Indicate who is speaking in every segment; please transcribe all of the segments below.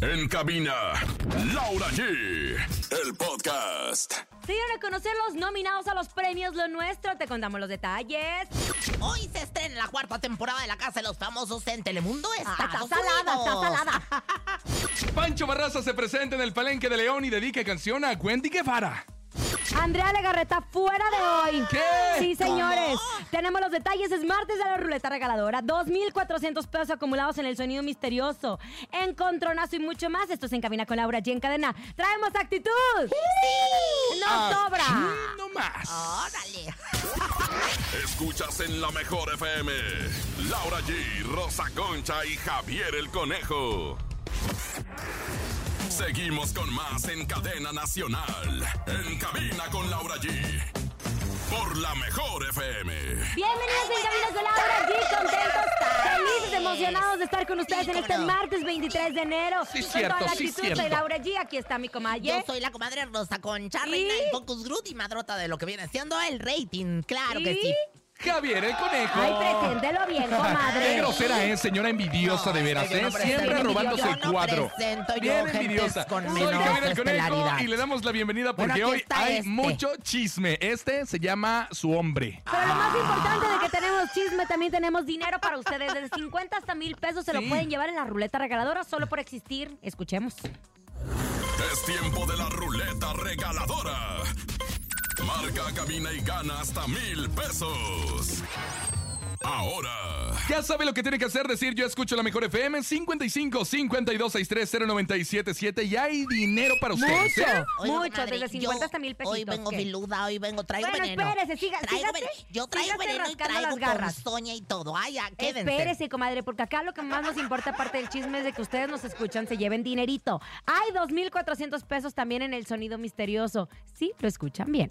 Speaker 1: En cabina, Laura G. El podcast.
Speaker 2: Se dieron a conocer los nominados a los premios Lo Nuestro. Te contamos los detalles.
Speaker 3: Hoy se estrena la cuarta temporada de La Casa de los Famosos en Telemundo
Speaker 2: Ah,
Speaker 3: Estados
Speaker 2: está salada, está
Speaker 3: Unidos.
Speaker 2: salada.
Speaker 4: Pancho Barraza se presenta en el Palenque de León y dedica canción a Wendy Guevara.
Speaker 2: Andrea Legarreta fuera de hoy.
Speaker 4: ¿Qué?
Speaker 2: Sí,
Speaker 3: ¿Cómo?
Speaker 2: señores. Tenemos los detalles. Es martes de la ruleta regaladora. 2.400 pesos acumulados en el sonido misterioso. Encontronazo y mucho más. Esto se encamina con Laura G en cadena. Traemos actitud. ¡Sí! ¡No sobra!
Speaker 4: Aquí No más.
Speaker 3: ¡Órale!
Speaker 1: Escuchas en la mejor FM. Laura G, Rosa Concha y Javier el Conejo. Seguimos con más en cadena nacional. En cabina con Laura G. Por la mejor FM.
Speaker 2: Bienvenidos en Caminos de Laura, aquí contentos, felices, emocionados de estar con ustedes en este
Speaker 3: Ícono.
Speaker 2: martes 23 de enero.
Speaker 4: Sí,
Speaker 2: con
Speaker 4: cierto,
Speaker 2: toda la
Speaker 4: sí,
Speaker 2: actitud, soy
Speaker 4: cierto.
Speaker 2: Laura G, aquí está mi
Speaker 3: Yo
Speaker 2: comadre.
Speaker 3: soy la comadre Rosa Concha,
Speaker 2: ¿Y?
Speaker 3: reina del Focus Group y madrota de lo que viene siendo el rating. ¡Claro que
Speaker 2: ¿Y?
Speaker 3: sí!
Speaker 4: Javier el Conejo.
Speaker 2: Ay, preséntelo bien,
Speaker 4: Qué
Speaker 2: comadre.
Speaker 4: grosera ¿eh? es, señora envidiosa
Speaker 3: No,
Speaker 4: de veras,
Speaker 3: este, yo
Speaker 4: ¿eh?
Speaker 3: no presento.
Speaker 4: Siempre
Speaker 2: Bien
Speaker 4: robándose el
Speaker 3: envidiosa. Yo no
Speaker 4: cuadro.
Speaker 3: presento yo
Speaker 4: Bien
Speaker 3: gentes
Speaker 4: envidiosa.
Speaker 3: con
Speaker 4: Soy
Speaker 3: menor
Speaker 4: Javier el Conejo
Speaker 3: estelaridad.
Speaker 4: y le damos la bienvenida
Speaker 3: Bueno,
Speaker 4: porque
Speaker 3: aquí
Speaker 4: hoy
Speaker 3: está
Speaker 4: hay
Speaker 3: este.
Speaker 4: mucho chisme. Este se llama Su Hombre.
Speaker 2: Pero lo
Speaker 4: Ah.
Speaker 2: más importante de que tenemos chisme, también tenemos dinero para ustedes. Desde 50 hasta mil pesos se lo
Speaker 4: Sí.
Speaker 2: pueden llevar en la ruleta regaladora solo por existir. Escuchemos.
Speaker 1: Es tiempo de la ruleta regaladora. Marca, cabina y gana hasta mil pesos. Ahora,
Speaker 4: Ya sabe lo que tiene que hacer, decir yo escucho la mejor FM 55 52 63 0977 y hay dinero para ustedes. ¿eh?
Speaker 2: Mucho,
Speaker 3: Oiga,
Speaker 2: mucho,
Speaker 3: comadre,
Speaker 2: desde 50 hasta mil
Speaker 3: yo
Speaker 2: pesitos.
Speaker 3: Hoy vengo
Speaker 2: ¿qué?
Speaker 3: filuda, hoy vengo, traigo
Speaker 2: Bueno,
Speaker 3: veneno.
Speaker 2: espérate, siga-
Speaker 3: traigo
Speaker 2: sígase-
Speaker 3: veneno. Yo traigo
Speaker 2: sígase
Speaker 3: veneno y
Speaker 2: rascando
Speaker 3: traigo
Speaker 2: las garras.
Speaker 3: ponzoña y todo. Ay, ya, quédense.
Speaker 2: Espérese, comadre, porque acá lo que más nos importa, aparte del chisme, es de que ustedes nos escuchan, se lleven dinerito. Hay 2.400 pesos también en el sonido misterioso. Sí, lo escuchan bien.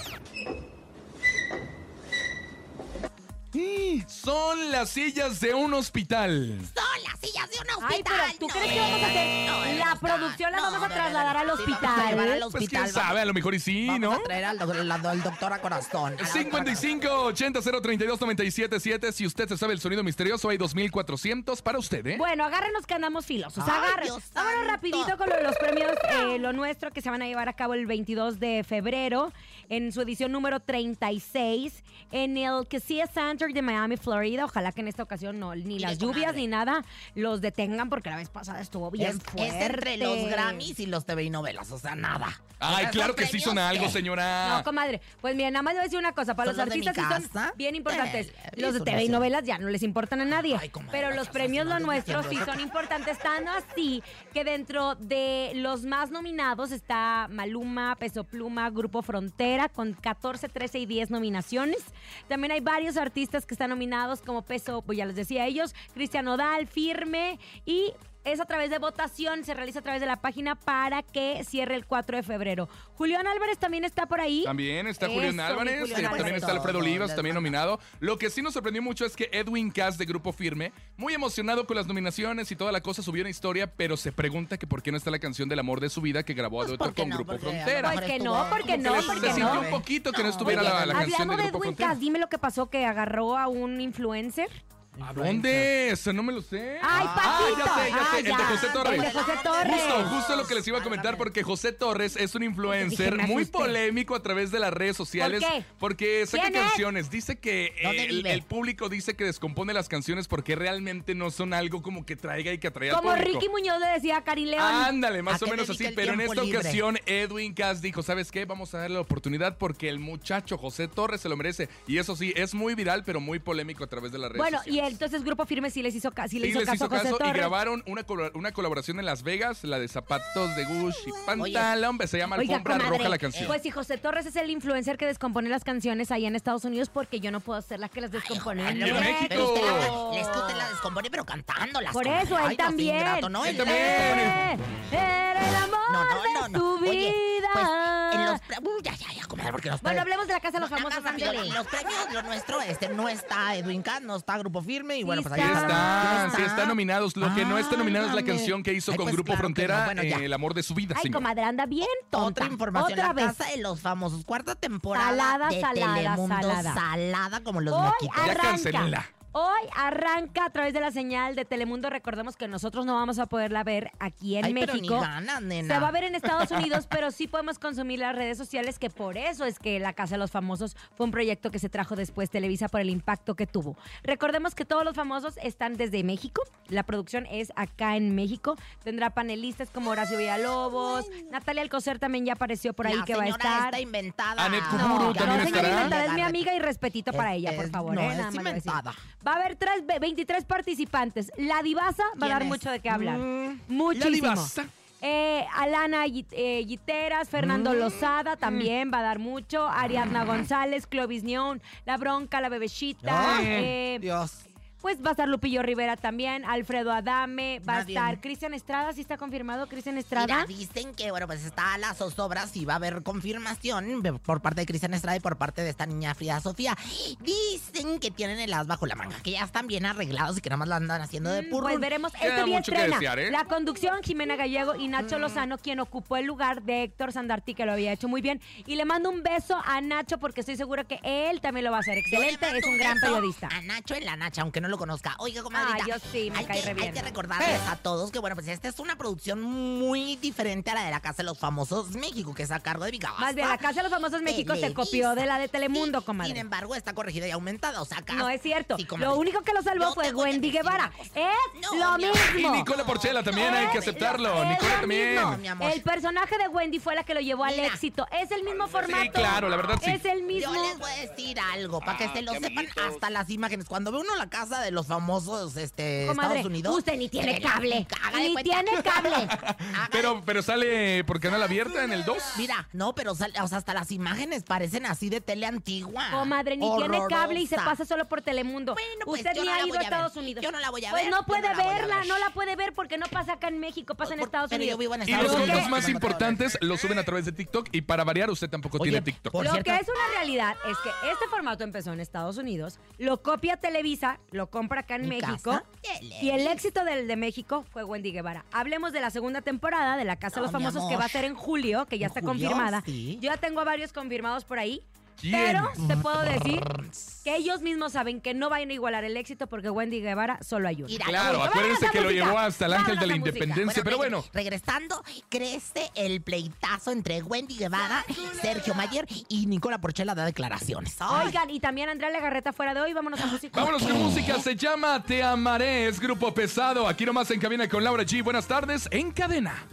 Speaker 4: Sí, Son las sillas de un hospital. Pues,
Speaker 3: Son las sillas de un hospital.
Speaker 2: Ay, pero ¿tú
Speaker 3: no.
Speaker 2: crees que vamos a hacer?
Speaker 3: No, no,
Speaker 2: la
Speaker 3: no,
Speaker 2: producción la
Speaker 3: no,
Speaker 2: vamos a
Speaker 3: no,
Speaker 2: trasladar
Speaker 3: no, no,
Speaker 2: al
Speaker 3: sí, vamos a
Speaker 2: hospital.
Speaker 3: llevar al
Speaker 4: Pues
Speaker 3: hospital,
Speaker 4: quién sabe, a lo mejor y sí,
Speaker 3: vamos
Speaker 4: ¿no?
Speaker 3: a traer al, doc- la- al doctor a corazón. a la
Speaker 4: 55 80 032 977. Si usted se sabe el sonido misterioso, hay 2400 para usted, ¿eh?
Speaker 2: Bueno, agárrenos que andamos filosos.
Speaker 3: Ay,
Speaker 2: Agárrenos.
Speaker 3: Dios
Speaker 2: Vámonos
Speaker 3: santo.
Speaker 2: rapidito con lo de los premios eh, Lo Nuestro que se van a llevar a cabo el 22 de febrero en su edición número 36 en el Casilla Center de Miami, Florida. Ojalá que en esta ocasión no, ni
Speaker 3: Mire,
Speaker 2: las lluvias
Speaker 3: comadre.
Speaker 2: ni nada los detengan porque la vez pasada estuvo bien
Speaker 3: Es, es
Speaker 2: fuerte.
Speaker 3: entre los Grammys y los TV y novelas, o sea, nada.
Speaker 4: Ay,
Speaker 3: Esos
Speaker 4: claro que sí
Speaker 3: premios, Pues,
Speaker 4: son algo,
Speaker 3: ¿qué?
Speaker 2: No,
Speaker 4: señora.
Speaker 2: comadre, pues mira, nada más le voy a decir una cosa, para los,
Speaker 3: Son los de mi
Speaker 2: artistas sí son
Speaker 3: casa. Eh,
Speaker 2: bien importantes.
Speaker 3: Tele-
Speaker 2: los de
Speaker 3: son
Speaker 2: TV y
Speaker 3: así.
Speaker 2: novelas ya no les importan a nadie,
Speaker 3: Ay, comadre,
Speaker 2: pero
Speaker 3: las
Speaker 2: los
Speaker 3: casas
Speaker 2: premios
Speaker 3: no
Speaker 2: lo
Speaker 3: les
Speaker 2: nuestros sí
Speaker 3: entiendo.
Speaker 2: son importantes, tanto así que dentro de los más nominados está Maluma, Peso Pluma, Grupo Frontera con 14, 13 y 10 nominaciones. También hay varios artistas que están nominados como Peso, pues ya les decía ellos, Cristian Odal, Firme y es a través de votación, se realiza a través de la página para que cierre el 4 de febrero. Julián Álvarez también está por ahí.
Speaker 4: También está
Speaker 2: Eso,
Speaker 4: Julián
Speaker 2: mi
Speaker 4: Álvarez,
Speaker 2: Julián
Speaker 4: eh, también
Speaker 2: Álvarez.
Speaker 4: está Alfredo
Speaker 3: Todo,
Speaker 4: Olivas,
Speaker 3: les
Speaker 4: también
Speaker 3: mando.
Speaker 4: nominado. Lo que sí nos sorprendió mucho es que Edwin Cass de Grupo Firme, muy emocionado con las nominaciones y toda la cosa, subió una historia, pero se pregunta que por qué no está la canción del amor de su vida que grabó a
Speaker 3: Pues
Speaker 4: dueto
Speaker 3: porque
Speaker 4: con
Speaker 3: no,
Speaker 4: Grupo
Speaker 3: porque a lo
Speaker 4: Frontera.
Speaker 2: Pues que
Speaker 3: Estuvo-
Speaker 2: no, porque
Speaker 4: Como que
Speaker 2: no,
Speaker 4: les-
Speaker 2: porque
Speaker 4: se sintió un
Speaker 2: no.
Speaker 4: poquito que no estuviera la, la canción de
Speaker 2: Hablando de
Speaker 4: Grupo
Speaker 2: Edwin
Speaker 4: Frontera.
Speaker 2: Cass, dime lo que pasó que agarró a un influencer.
Speaker 4: ¿A dónde? Eso no me lo sé.
Speaker 2: ¡Ay, Paquito!
Speaker 4: Ah, ya sé, ya sé.
Speaker 2: Ah,
Speaker 4: El de
Speaker 2: ya.
Speaker 4: José Torres.
Speaker 2: El de José Torres.
Speaker 4: Justo, justo lo que les iba a comentar, porque José Torres es un influencer
Speaker 2: Dije, me
Speaker 4: muy
Speaker 2: asusté.
Speaker 4: polémico a través de las redes sociales.
Speaker 2: ¿Por qué?
Speaker 4: Porque saca
Speaker 2: ¿Quién es?
Speaker 4: canciones. Dice que
Speaker 3: ¿Dónde
Speaker 4: el,
Speaker 3: vive?
Speaker 4: el público dice que descompone las canciones porque realmente no son algo como que traiga y que atraiga
Speaker 2: Como
Speaker 4: al público.
Speaker 2: Ricky Muñoz le decía a Cari León.
Speaker 4: Ándale,
Speaker 3: ¿A
Speaker 4: más o
Speaker 3: qué
Speaker 4: menos así,
Speaker 3: dedica el
Speaker 4: pero en
Speaker 3: tiempo
Speaker 4: esta
Speaker 3: libre?
Speaker 4: ocasión Edwin Cass dijo, ¿sabes qué? Vamos a darle la oportunidad porque el muchacho José Torres se lo merece. Y eso sí, es muy viral, pero muy polémico a través de las redes
Speaker 2: bueno,
Speaker 4: sociales.
Speaker 2: y entonces Grupo Firme sí les hizo, ca- sí le
Speaker 4: Sí,
Speaker 2: hizo
Speaker 4: les
Speaker 2: caso a
Speaker 4: hizo
Speaker 2: José
Speaker 4: caso y
Speaker 2: Torres.
Speaker 4: grabaron una, colo- una colaboración en Las Vegas, la de zapatos de Gucci,
Speaker 3: Oye.
Speaker 4: pantalón, se llama Alfombra
Speaker 2: comadre,
Speaker 4: Roja la canción.
Speaker 2: Pues si José Torres es el influencer que descompone las canciones ahí en Estados Unidos, porque yo no puedo ser la que las descompone
Speaker 3: Ay,
Speaker 2: en
Speaker 3: no,
Speaker 4: en
Speaker 3: pero-
Speaker 2: México.
Speaker 3: pero usted
Speaker 4: México.
Speaker 3: la- Es que usted la descompone, pero cantándolas.
Speaker 2: Por
Speaker 3: comadre.
Speaker 2: eso,
Speaker 3: Ay,
Speaker 2: él
Speaker 3: no, sí,
Speaker 2: también.
Speaker 3: ingrato, ¿no?
Speaker 4: Él
Speaker 3: El-
Speaker 4: también.
Speaker 2: Eh, Era el amor
Speaker 3: No, no, no,
Speaker 2: de
Speaker 3: no.
Speaker 2: tu vida.
Speaker 3: Oye, pues, en los pre- Uy, ya, ya, ya, comadre, porque los
Speaker 2: Bueno,
Speaker 3: pre-
Speaker 2: hablemos de la Casa de los
Speaker 3: No, nada
Speaker 2: Famosos,
Speaker 3: más rápido,
Speaker 2: ándele.
Speaker 3: en los premios, lo nuestro, este, no está Edwin Cass, no está Grupo Firme, y bueno,
Speaker 2: Sí
Speaker 3: pues
Speaker 4: Sí
Speaker 3: ahí
Speaker 2: está.
Speaker 4: están, sí están nominados. Lo que no está nominado es la
Speaker 3: Válgame.
Speaker 4: canción que hizo
Speaker 3: Ay,
Speaker 4: con
Speaker 3: pues
Speaker 4: Grupo
Speaker 3: claro que
Speaker 4: Frontera,
Speaker 3: no. Bueno, ya.
Speaker 4: eh, El amor de su vida.
Speaker 2: Ay,
Speaker 4: señor.
Speaker 2: comadre, anda bien tonta.
Speaker 3: Otra información,
Speaker 2: Otra
Speaker 3: la
Speaker 2: vez.
Speaker 3: casa de los famosos, cuarta temporada
Speaker 2: Salada,
Speaker 3: de
Speaker 2: salada,
Speaker 3: Telemundo,
Speaker 2: salada.
Speaker 3: salada como los
Speaker 2: Hoy ah,
Speaker 3: moquitos.
Speaker 4: Ya
Speaker 2: arranca
Speaker 4: cancelenla.
Speaker 2: Hoy arranca a través de la señal de Telemundo. Recordemos que nosotros no vamos a poderla ver aquí en
Speaker 3: Ay, pero ni
Speaker 2: México.
Speaker 3: ganas, nena.
Speaker 2: Se va a ver en Estados Unidos, pero sí podemos consumir las redes sociales, que por eso es que La Casa de los Famosos fue un proyecto que se trajo después Televisa por el impacto que tuvo. Recordemos que todos los famosos están desde México, la producción es acá en México, tendrá panelistas como Horacio Villalobos, Natalia Alcocer también ya apareció por ahí
Speaker 3: La
Speaker 2: que va a
Speaker 3: señora
Speaker 2: estar.
Speaker 3: está inventada.
Speaker 4: Anet Kuburu
Speaker 2: Ah, No,
Speaker 4: también
Speaker 2: no, señorita,
Speaker 4: estará.
Speaker 2: es mi amiga y respetito para
Speaker 3: Es-
Speaker 2: ella, por
Speaker 3: es-
Speaker 2: favor.
Speaker 3: no,
Speaker 2: ¿eh?
Speaker 3: es
Speaker 2: Nada más le voy a decir.
Speaker 3: inventada.
Speaker 2: Va a haber tres, ve- 23 participantes. La divasa va a
Speaker 3: ¿Quién
Speaker 2: dar
Speaker 3: es?
Speaker 2: mucho de qué hablar.
Speaker 3: Mm,
Speaker 2: Muchísimo.
Speaker 4: La divasa.
Speaker 2: Eh, Alana Gui- eh, Guiteras,
Speaker 3: Mm.
Speaker 2: Fernando Lozada también va a dar mucho. Ariadna González, Clovis Neón, La Bronca, La Bebechita.
Speaker 3: Ay,
Speaker 2: eh,
Speaker 3: Dios.
Speaker 2: pues va a estar Lupillo Rivera también, Alfredo Adame, va
Speaker 3: Nadie.
Speaker 2: a estar Cristian Estrada, ¿sí está confirmado Cristian
Speaker 3: Mira,
Speaker 2: Estrada?
Speaker 3: dicen que, bueno, pues está a las zozobras y va a haber confirmación de- por parte de Cristian Estrada y por parte de esta niña Frida Sofía. Dicen que tienen el as bajo la manga, que ya están bien arreglados y que nada más lo andan haciendo de
Speaker 2: Mm,
Speaker 3: purro.
Speaker 2: Pues veremos.
Speaker 4: Queda
Speaker 2: este día
Speaker 4: mucho que
Speaker 2: entrena
Speaker 4: desear, ¿eh?
Speaker 2: la conducción Jimena Gallego y Nacho
Speaker 3: Mm.
Speaker 2: Lozano, quien ocupó el lugar de Héctor Sandarti, que lo había hecho muy bien. Y le mando un beso a Nacho porque estoy segura que él también lo va a hacer. Excelente, es un gran periodista.
Speaker 3: A Nacho en la Nacha, aunque no lo conozca. Oiga, comadrita.
Speaker 2: Ah, yo sí, me
Speaker 3: hay
Speaker 2: cae
Speaker 3: que,
Speaker 2: re bien. Eh.
Speaker 3: Hay que recordarles a todos que, bueno, pues esta es una producción muy diferente a la de la Casa de los Famosos México, que es a cargo de Vigabasta.
Speaker 2: Más bien, la Casa de los Famosos México se
Speaker 3: Televisa.
Speaker 2: copió de la de Telemundo,
Speaker 3: Sí,
Speaker 2: comadre.
Speaker 3: Sin embargo, está corrigida y aumentada, o sea, acá-
Speaker 2: No es cierto.
Speaker 3: Sí, comadre.
Speaker 2: lo único que lo salvó
Speaker 3: Yo
Speaker 2: fue
Speaker 3: te voy a
Speaker 2: Wendy
Speaker 3: decir
Speaker 2: Guevara.
Speaker 3: una cosa.
Speaker 2: Es
Speaker 3: No,
Speaker 2: lo
Speaker 3: mi amor.
Speaker 2: mismo.
Speaker 4: Y Nicola Porchela también, hay que
Speaker 2: Es lo-
Speaker 4: aceptarlo.
Speaker 2: es
Speaker 4: Nicola
Speaker 2: lo
Speaker 4: también.
Speaker 2: mismo.
Speaker 3: mi amor.
Speaker 2: El personaje de Wendy fue la que lo llevó al
Speaker 3: Mira.
Speaker 2: éxito. Es el mismo formato.
Speaker 4: claro, la verdad sí.
Speaker 2: Es el mismo.
Speaker 3: Yo les voy a decir algo, para que
Speaker 5: Ah,
Speaker 3: se lo
Speaker 5: qué
Speaker 3: sepan
Speaker 5: amiguitos.
Speaker 3: hasta las imágenes. Cuando ve uno la casa de los famosos este,
Speaker 2: Comadre,
Speaker 3: Estados Unidos...
Speaker 2: usted ni tiene
Speaker 3: créeme,
Speaker 2: cable.
Speaker 3: haga de
Speaker 2: Ni
Speaker 3: cuenta.
Speaker 2: tiene cable.
Speaker 3: Haga de
Speaker 4: Pero, pero sale por canal abierta en el 2.
Speaker 3: Mira, no, pero sal- o sea, hasta las imágenes parecen así de tele antigua.
Speaker 2: Comadre, ni tiene
Speaker 3: Ah, Horrorosa.
Speaker 2: cable y se pasa solo por Telemundo.
Speaker 3: Bueno, pues,
Speaker 2: Usted
Speaker 3: yo
Speaker 2: ni
Speaker 3: no la
Speaker 2: ha
Speaker 3: voy
Speaker 2: ido
Speaker 3: a
Speaker 2: a
Speaker 3: ver.
Speaker 2: Estados Unidos.
Speaker 3: Yo no la voy a
Speaker 2: pues
Speaker 3: ver,
Speaker 2: no puede
Speaker 3: yo no la voy a
Speaker 2: verla,
Speaker 3: ver.
Speaker 2: no la puede ver porque no pasa acá en México, pasa en
Speaker 3: Por-
Speaker 2: Estados
Speaker 3: pero yo
Speaker 2: Unidos.
Speaker 3: vivo en
Speaker 4: Y
Speaker 3: Estados
Speaker 4: los
Speaker 2: Unidos.
Speaker 4: fotos más
Speaker 3: Lo que-
Speaker 4: importantes los suben a través de TikTok y para variar usted tampoco
Speaker 3: Oye,
Speaker 4: tiene TikTok.
Speaker 3: por
Speaker 2: lo
Speaker 3: cierto-
Speaker 2: que es una realidad es que este formato empezó en Estados Unidos, lo copia Televisa, lo compra acá en
Speaker 3: Mi
Speaker 2: México.
Speaker 3: casa,
Speaker 2: Y el éxito del de México fue Wendy Guevara. Hablemos de la segunda temporada de La Casa de los
Speaker 3: No, mi
Speaker 2: Famosos
Speaker 3: amor.
Speaker 2: que va a ser en julio, que ya
Speaker 3: ¿En
Speaker 2: está
Speaker 3: julio?
Speaker 2: confirmada.
Speaker 3: Sí.
Speaker 2: Yo ya tengo a varios confirmados por ahí.
Speaker 4: ¿Quién?
Speaker 2: Pero te puedo decir que ellos mismos saben que no van a igualar el éxito porque Wendy Guevara solo hay una.
Speaker 3: Mira,
Speaker 4: Claro,
Speaker 3: Vámonos a
Speaker 4: acuérdense que lo
Speaker 2: música.
Speaker 4: llevó hasta el Ángel de
Speaker 2: Vámonos
Speaker 4: la
Speaker 2: a música.
Speaker 4: Independencia, pero bueno.
Speaker 3: regre- Regresando, crece el pleitazo entre Wendy Guevara, Sergio Mayer y Nicola Porchela da declaraciones. Ay,
Speaker 2: Oigan, y también Andrea Legarreta fuera de hoy, vámonos
Speaker 3: Ah,
Speaker 2: a música.
Speaker 4: Vámonos con música, se llama Te Amaré, es grupo pesado. Aquí nomás en cabina con Laura G. Buenas tardes, en cadena.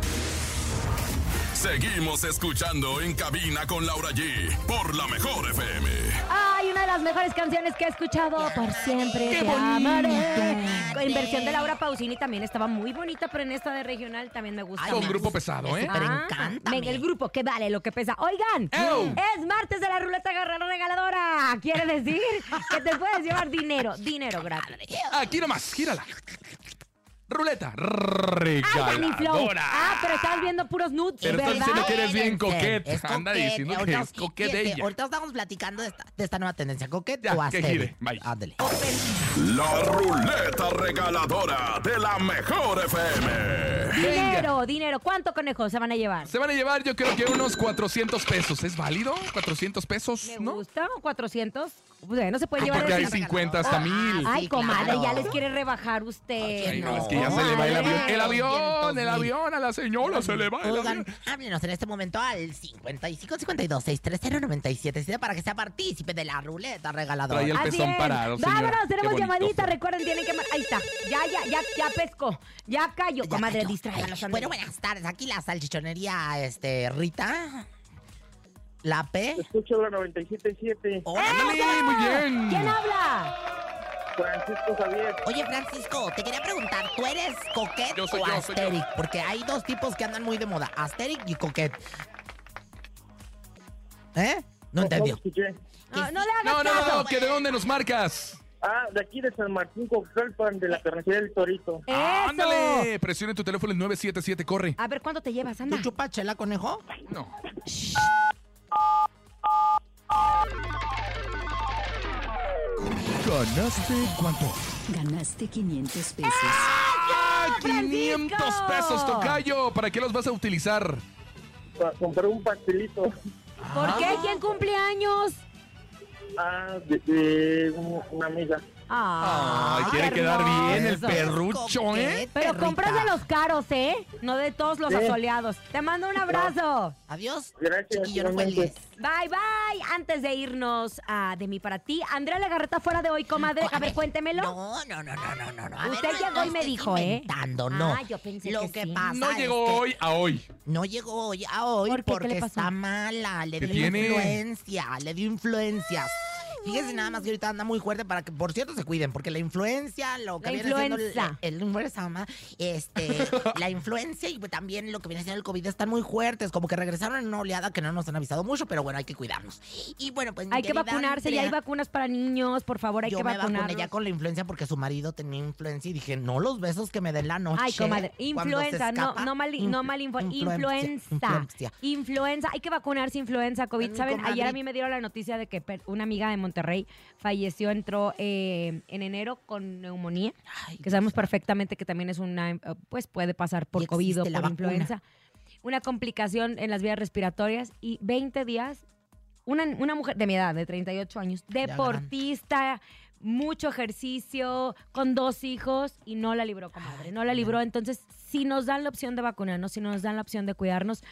Speaker 1: Seguimos escuchando en cabina con Laura G por la mejor FM.
Speaker 2: Ay, una de las mejores canciones que he escuchado por siempre.
Speaker 4: ¡Qué
Speaker 2: te
Speaker 4: bonito!
Speaker 2: amaré. En versión de Laura Pausini también estaba muy bonita, pero en esta de regional también me gusta.
Speaker 3: Ay,
Speaker 4: Con
Speaker 3: me
Speaker 2: más.
Speaker 4: grupo
Speaker 3: gusta,
Speaker 4: pesado,
Speaker 3: me
Speaker 4: ¿eh?
Speaker 3: súper
Speaker 2: Ah,
Speaker 3: encanta.
Speaker 2: Venga, el grupo que vale lo que pesa. Oigan,
Speaker 4: ¡Ew!
Speaker 2: es martes de la ruleta guerrera regaladora. Quiere decir que te puedes llevar dinero, dinero gratis.
Speaker 4: Aquí nomás, gírala. Ruleta
Speaker 2: Ay, Dani Ah, Flow.
Speaker 4: regaladora.
Speaker 2: Ah, pero estás viendo puros nudes,
Speaker 4: Pero estás
Speaker 2: ¿verdad?
Speaker 4: diciendo que eres bien coqueta.
Speaker 3: Es
Speaker 4: Anda
Speaker 3: coquete,
Speaker 4: diciendo que
Speaker 3: ahorita-
Speaker 4: es coqueta
Speaker 3: fíjate,
Speaker 4: ella.
Speaker 3: Ahorita estamos platicando de esta, de esta nueva tendencia. ¿Coqueta
Speaker 4: Ya,
Speaker 3: o
Speaker 4: que
Speaker 3: hasteri?
Speaker 4: gire, bye.
Speaker 3: Ándale.
Speaker 1: La ruleta regaladora de la mejor FM.
Speaker 2: Dinero, dinero. ¿Cuánto conejos se van a llevar?
Speaker 4: Se van a llevar, yo creo que unos 400 pesos. ¿Es válido? ¿400 pesos?
Speaker 2: Me
Speaker 4: ¿No?
Speaker 2: gusta, 400. Pues, no se puede
Speaker 4: Ah,
Speaker 2: llevar
Speaker 4: porque
Speaker 2: el
Speaker 4: hay
Speaker 2: dinero.
Speaker 4: 50 hasta
Speaker 3: Ah,
Speaker 4: 1000.
Speaker 2: Ay,
Speaker 3: Sí,
Speaker 2: comadre,
Speaker 3: claro.
Speaker 2: ya les quiere rebajar usted.
Speaker 4: Ay, no,
Speaker 2: no,
Speaker 4: es que ya se le va el avión.
Speaker 2: comadre.
Speaker 4: El avión,
Speaker 3: 200,000.
Speaker 4: el avión, a la señora se le va el
Speaker 3: Oigan,
Speaker 4: avión.
Speaker 3: háblenos en este momento al 55 52 630 97 para que sea partícipe de la ruleta regaladora.
Speaker 4: Trae el-
Speaker 2: Así
Speaker 4: pezón
Speaker 2: es.
Speaker 4: parado, señora.
Speaker 2: Vámonos, tenemos
Speaker 4: Qué bonito.
Speaker 2: llamadita. Recuerden, tienen que. mar- Ahí está. Ya, ya, ya, ya pescó. Ya cayó.
Speaker 3: Ya
Speaker 2: comadre,
Speaker 3: cayó.
Speaker 2: distráiganos.
Speaker 3: Bueno, buenas tardes. Aquí la salchichonería, este, Rita. La P.
Speaker 6: Escucho la 97.7,
Speaker 3: Hola.
Speaker 4: Ándale, muy bien.
Speaker 2: ¿Quién habla?
Speaker 6: Francisco Javier.
Speaker 3: Oye, Francisco, te quería preguntar, ¿tú eres coquet
Speaker 4: Yo soy
Speaker 3: o
Speaker 4: yo, soy yo.
Speaker 3: asteric? Porque hay dos tipos que andan muy de moda, asteric y coquet. ¿Eh? No entendió.
Speaker 6: escuché.
Speaker 2: Ah, No, no le hagas
Speaker 4: No, no,
Speaker 2: caso.
Speaker 4: no, que de dónde nos marcas.
Speaker 6: Ah, de aquí de San Martín, Coxalpan, de la carnicería del Torito.
Speaker 2: Eso.
Speaker 4: Ándale, presione tu teléfono el 977, corre.
Speaker 2: A ver, ¿cuánto te llevas? Anda.
Speaker 3: ¿Tú chupas chela, conejo?
Speaker 4: No. ¿Ganaste cuánto?
Speaker 7: Ganaste 500 pesos.
Speaker 4: ¡Ah! 500
Speaker 2: Francisco!
Speaker 4: pesos, tocayo. ¿Para qué los vas a utilizar?
Speaker 6: Para comprar un pastelito.
Speaker 2: ¿Por qué? ¿Quién cumple años?
Speaker 6: Ah, de, de un- una amiga.
Speaker 2: Ah,
Speaker 4: Ay, quiere
Speaker 2: qué
Speaker 4: quedar bien el
Speaker 2: hermoso.
Speaker 4: perrucho, ¿eh?
Speaker 2: Pero compras de los caros, ¿eh? No de todos los
Speaker 6: Sí.
Speaker 2: asoleados. Te mando un abrazo.
Speaker 3: Adiós.
Speaker 6: Gracias,
Speaker 3: Chiquillo, no
Speaker 6: igualmente.
Speaker 3: cuelgues.
Speaker 2: Bye, bye. Antes de irnos a De mí para ti, Andrea Legarreta fuera de hoy, comadre.
Speaker 3: Co-
Speaker 2: A ver, cuéntemelo.
Speaker 3: No, no, no, no, no, no. no. A
Speaker 2: Usted
Speaker 3: no,
Speaker 2: llegó
Speaker 3: no
Speaker 2: y me
Speaker 3: estés
Speaker 2: dijo, ¿eh?
Speaker 3: inventando, no.
Speaker 2: Ah, yo pensé
Speaker 3: Lo
Speaker 2: que
Speaker 3: que
Speaker 2: sí.
Speaker 3: pasa
Speaker 4: No
Speaker 3: es
Speaker 4: llegó
Speaker 3: que
Speaker 4: hoy a hoy.
Speaker 3: No llegó hoy a hoy
Speaker 2: ¿Por qué? ¿Qué
Speaker 3: porque
Speaker 2: le pasó?
Speaker 3: está mala. Le
Speaker 4: ¿Qué
Speaker 3: dio
Speaker 4: tiene?
Speaker 3: influencia, le dio influencia. Fíjense nada más que ahorita anda muy fuerte para que, por cierto, se cuiden, porque la influencia, lo que
Speaker 2: La
Speaker 3: viene
Speaker 2: influenza.
Speaker 3: siendo el, el influenza, mamá, este, la influencia y pues también lo que viene siendo el COVID están muy fuertes, como que regresaron en una oleada que no nos han avisado mucho, pero bueno, hay que cuidarnos. Y bueno, pues mi
Speaker 2: Hay que
Speaker 3: querida
Speaker 2: vacunarse, ya
Speaker 3: Andrea,
Speaker 2: hay vacunas para niños, por favor, hay
Speaker 3: yo
Speaker 2: que
Speaker 3: me vacuné ya
Speaker 2: vacunarnos.
Speaker 3: con la influencia porque su marido tenía influencia y dije, no los besos que me den la noche.
Speaker 2: Ay, comadre,
Speaker 3: cuando se
Speaker 2: influenza, no,
Speaker 3: escapa".
Speaker 2: no mal,
Speaker 3: Influ-
Speaker 2: no mal info- influenza, influenza,
Speaker 3: influencia.
Speaker 2: hay que vacunarse influenza, COVID,
Speaker 3: Ay,
Speaker 2: ¿saben?
Speaker 3: comadre.
Speaker 2: Ayer a mí me dieron la noticia de que per- una amiga de Monterrey falleció, entró eh, en enero con neumonía,
Speaker 3: Ay,
Speaker 2: que sabemos perfectamente que también es una, eh, pues puede pasar por
Speaker 3: Y
Speaker 2: COVID o
Speaker 3: existe
Speaker 2: por
Speaker 3: la vacuna.
Speaker 2: influenza, una complicación en las vías respiratorias y 20 días, una, una mujer de mi edad, de 38 años,
Speaker 3: grande.
Speaker 2: deportista, mucho ejercicio, con dos hijos y no la libró, comadre, no la libró. Entonces, si nos dan la opción de vacunarnos, si nos dan la opción de cuidarnos,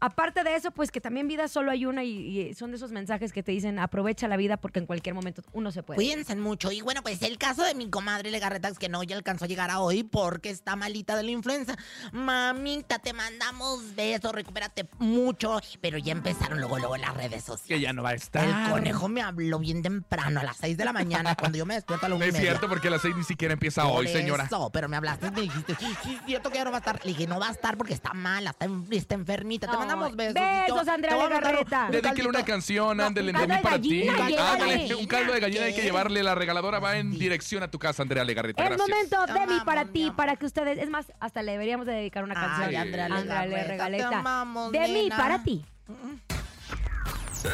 Speaker 2: aparte de eso, pues que también vida solo hay una y, y son de esos mensajes que te dicen aprovecha la vida porque en cualquier momento uno se puede.
Speaker 3: Cuídense mucho. Y bueno, pues el caso de mi comadre Legarretax, que no ya alcanzó a llegar a hoy porque está malita de la influenza. Mamita, te mandamos besos, recupérate mucho. Pero ya empezaron luego, luego las redes
Speaker 4: Que
Speaker 3: sociales.
Speaker 4: ya no va a
Speaker 3: El
Speaker 4: estar.
Speaker 3: conejo me habló bien temprano, a las 6 de la mañana, cuando yo me despierto a la
Speaker 4: No
Speaker 3: una y
Speaker 4: es
Speaker 3: media.
Speaker 4: cierto porque a las seis ni siquiera empieza
Speaker 3: Por
Speaker 4: hoy, señora.
Speaker 3: Eso, pero me hablaste y me dijiste, sí, sí, es cierto que ya no va a estar. Le dije, no va a estar porque está mala, está, en- está enfermita. Te
Speaker 2: Ay,
Speaker 3: mandamos besos.
Speaker 2: besos,
Speaker 3: Tito.
Speaker 2: Andrea
Speaker 3: Te voy a mandar un-
Speaker 2: Legarreta.
Speaker 3: un
Speaker 4: Dedíquele una
Speaker 3: caldito.
Speaker 4: canción,
Speaker 3: No,
Speaker 2: un
Speaker 4: ándale, de
Speaker 2: caldo
Speaker 4: mí
Speaker 2: de
Speaker 4: para ti.
Speaker 2: gallina, llévale.
Speaker 4: Ándale, un caldo de gallina hay que
Speaker 3: ¿Qué?
Speaker 4: llevarle. La regaladora va en
Speaker 3: Sí.
Speaker 4: dirección a tu casa, Andrea Legarreta.
Speaker 2: El
Speaker 4: Gracias.
Speaker 2: momento
Speaker 3: Te
Speaker 2: de mí
Speaker 3: amamos,
Speaker 2: para
Speaker 3: mi
Speaker 2: ti,
Speaker 3: amor.
Speaker 2: para que ustedes, es más, hasta le deberíamos de dedicar una canción.
Speaker 3: Ay, Andrea
Speaker 2: Andrea
Speaker 3: Legarreta, te
Speaker 2: Legarreta.
Speaker 3: amamos,
Speaker 2: de mí
Speaker 3: nena.
Speaker 2: para ti.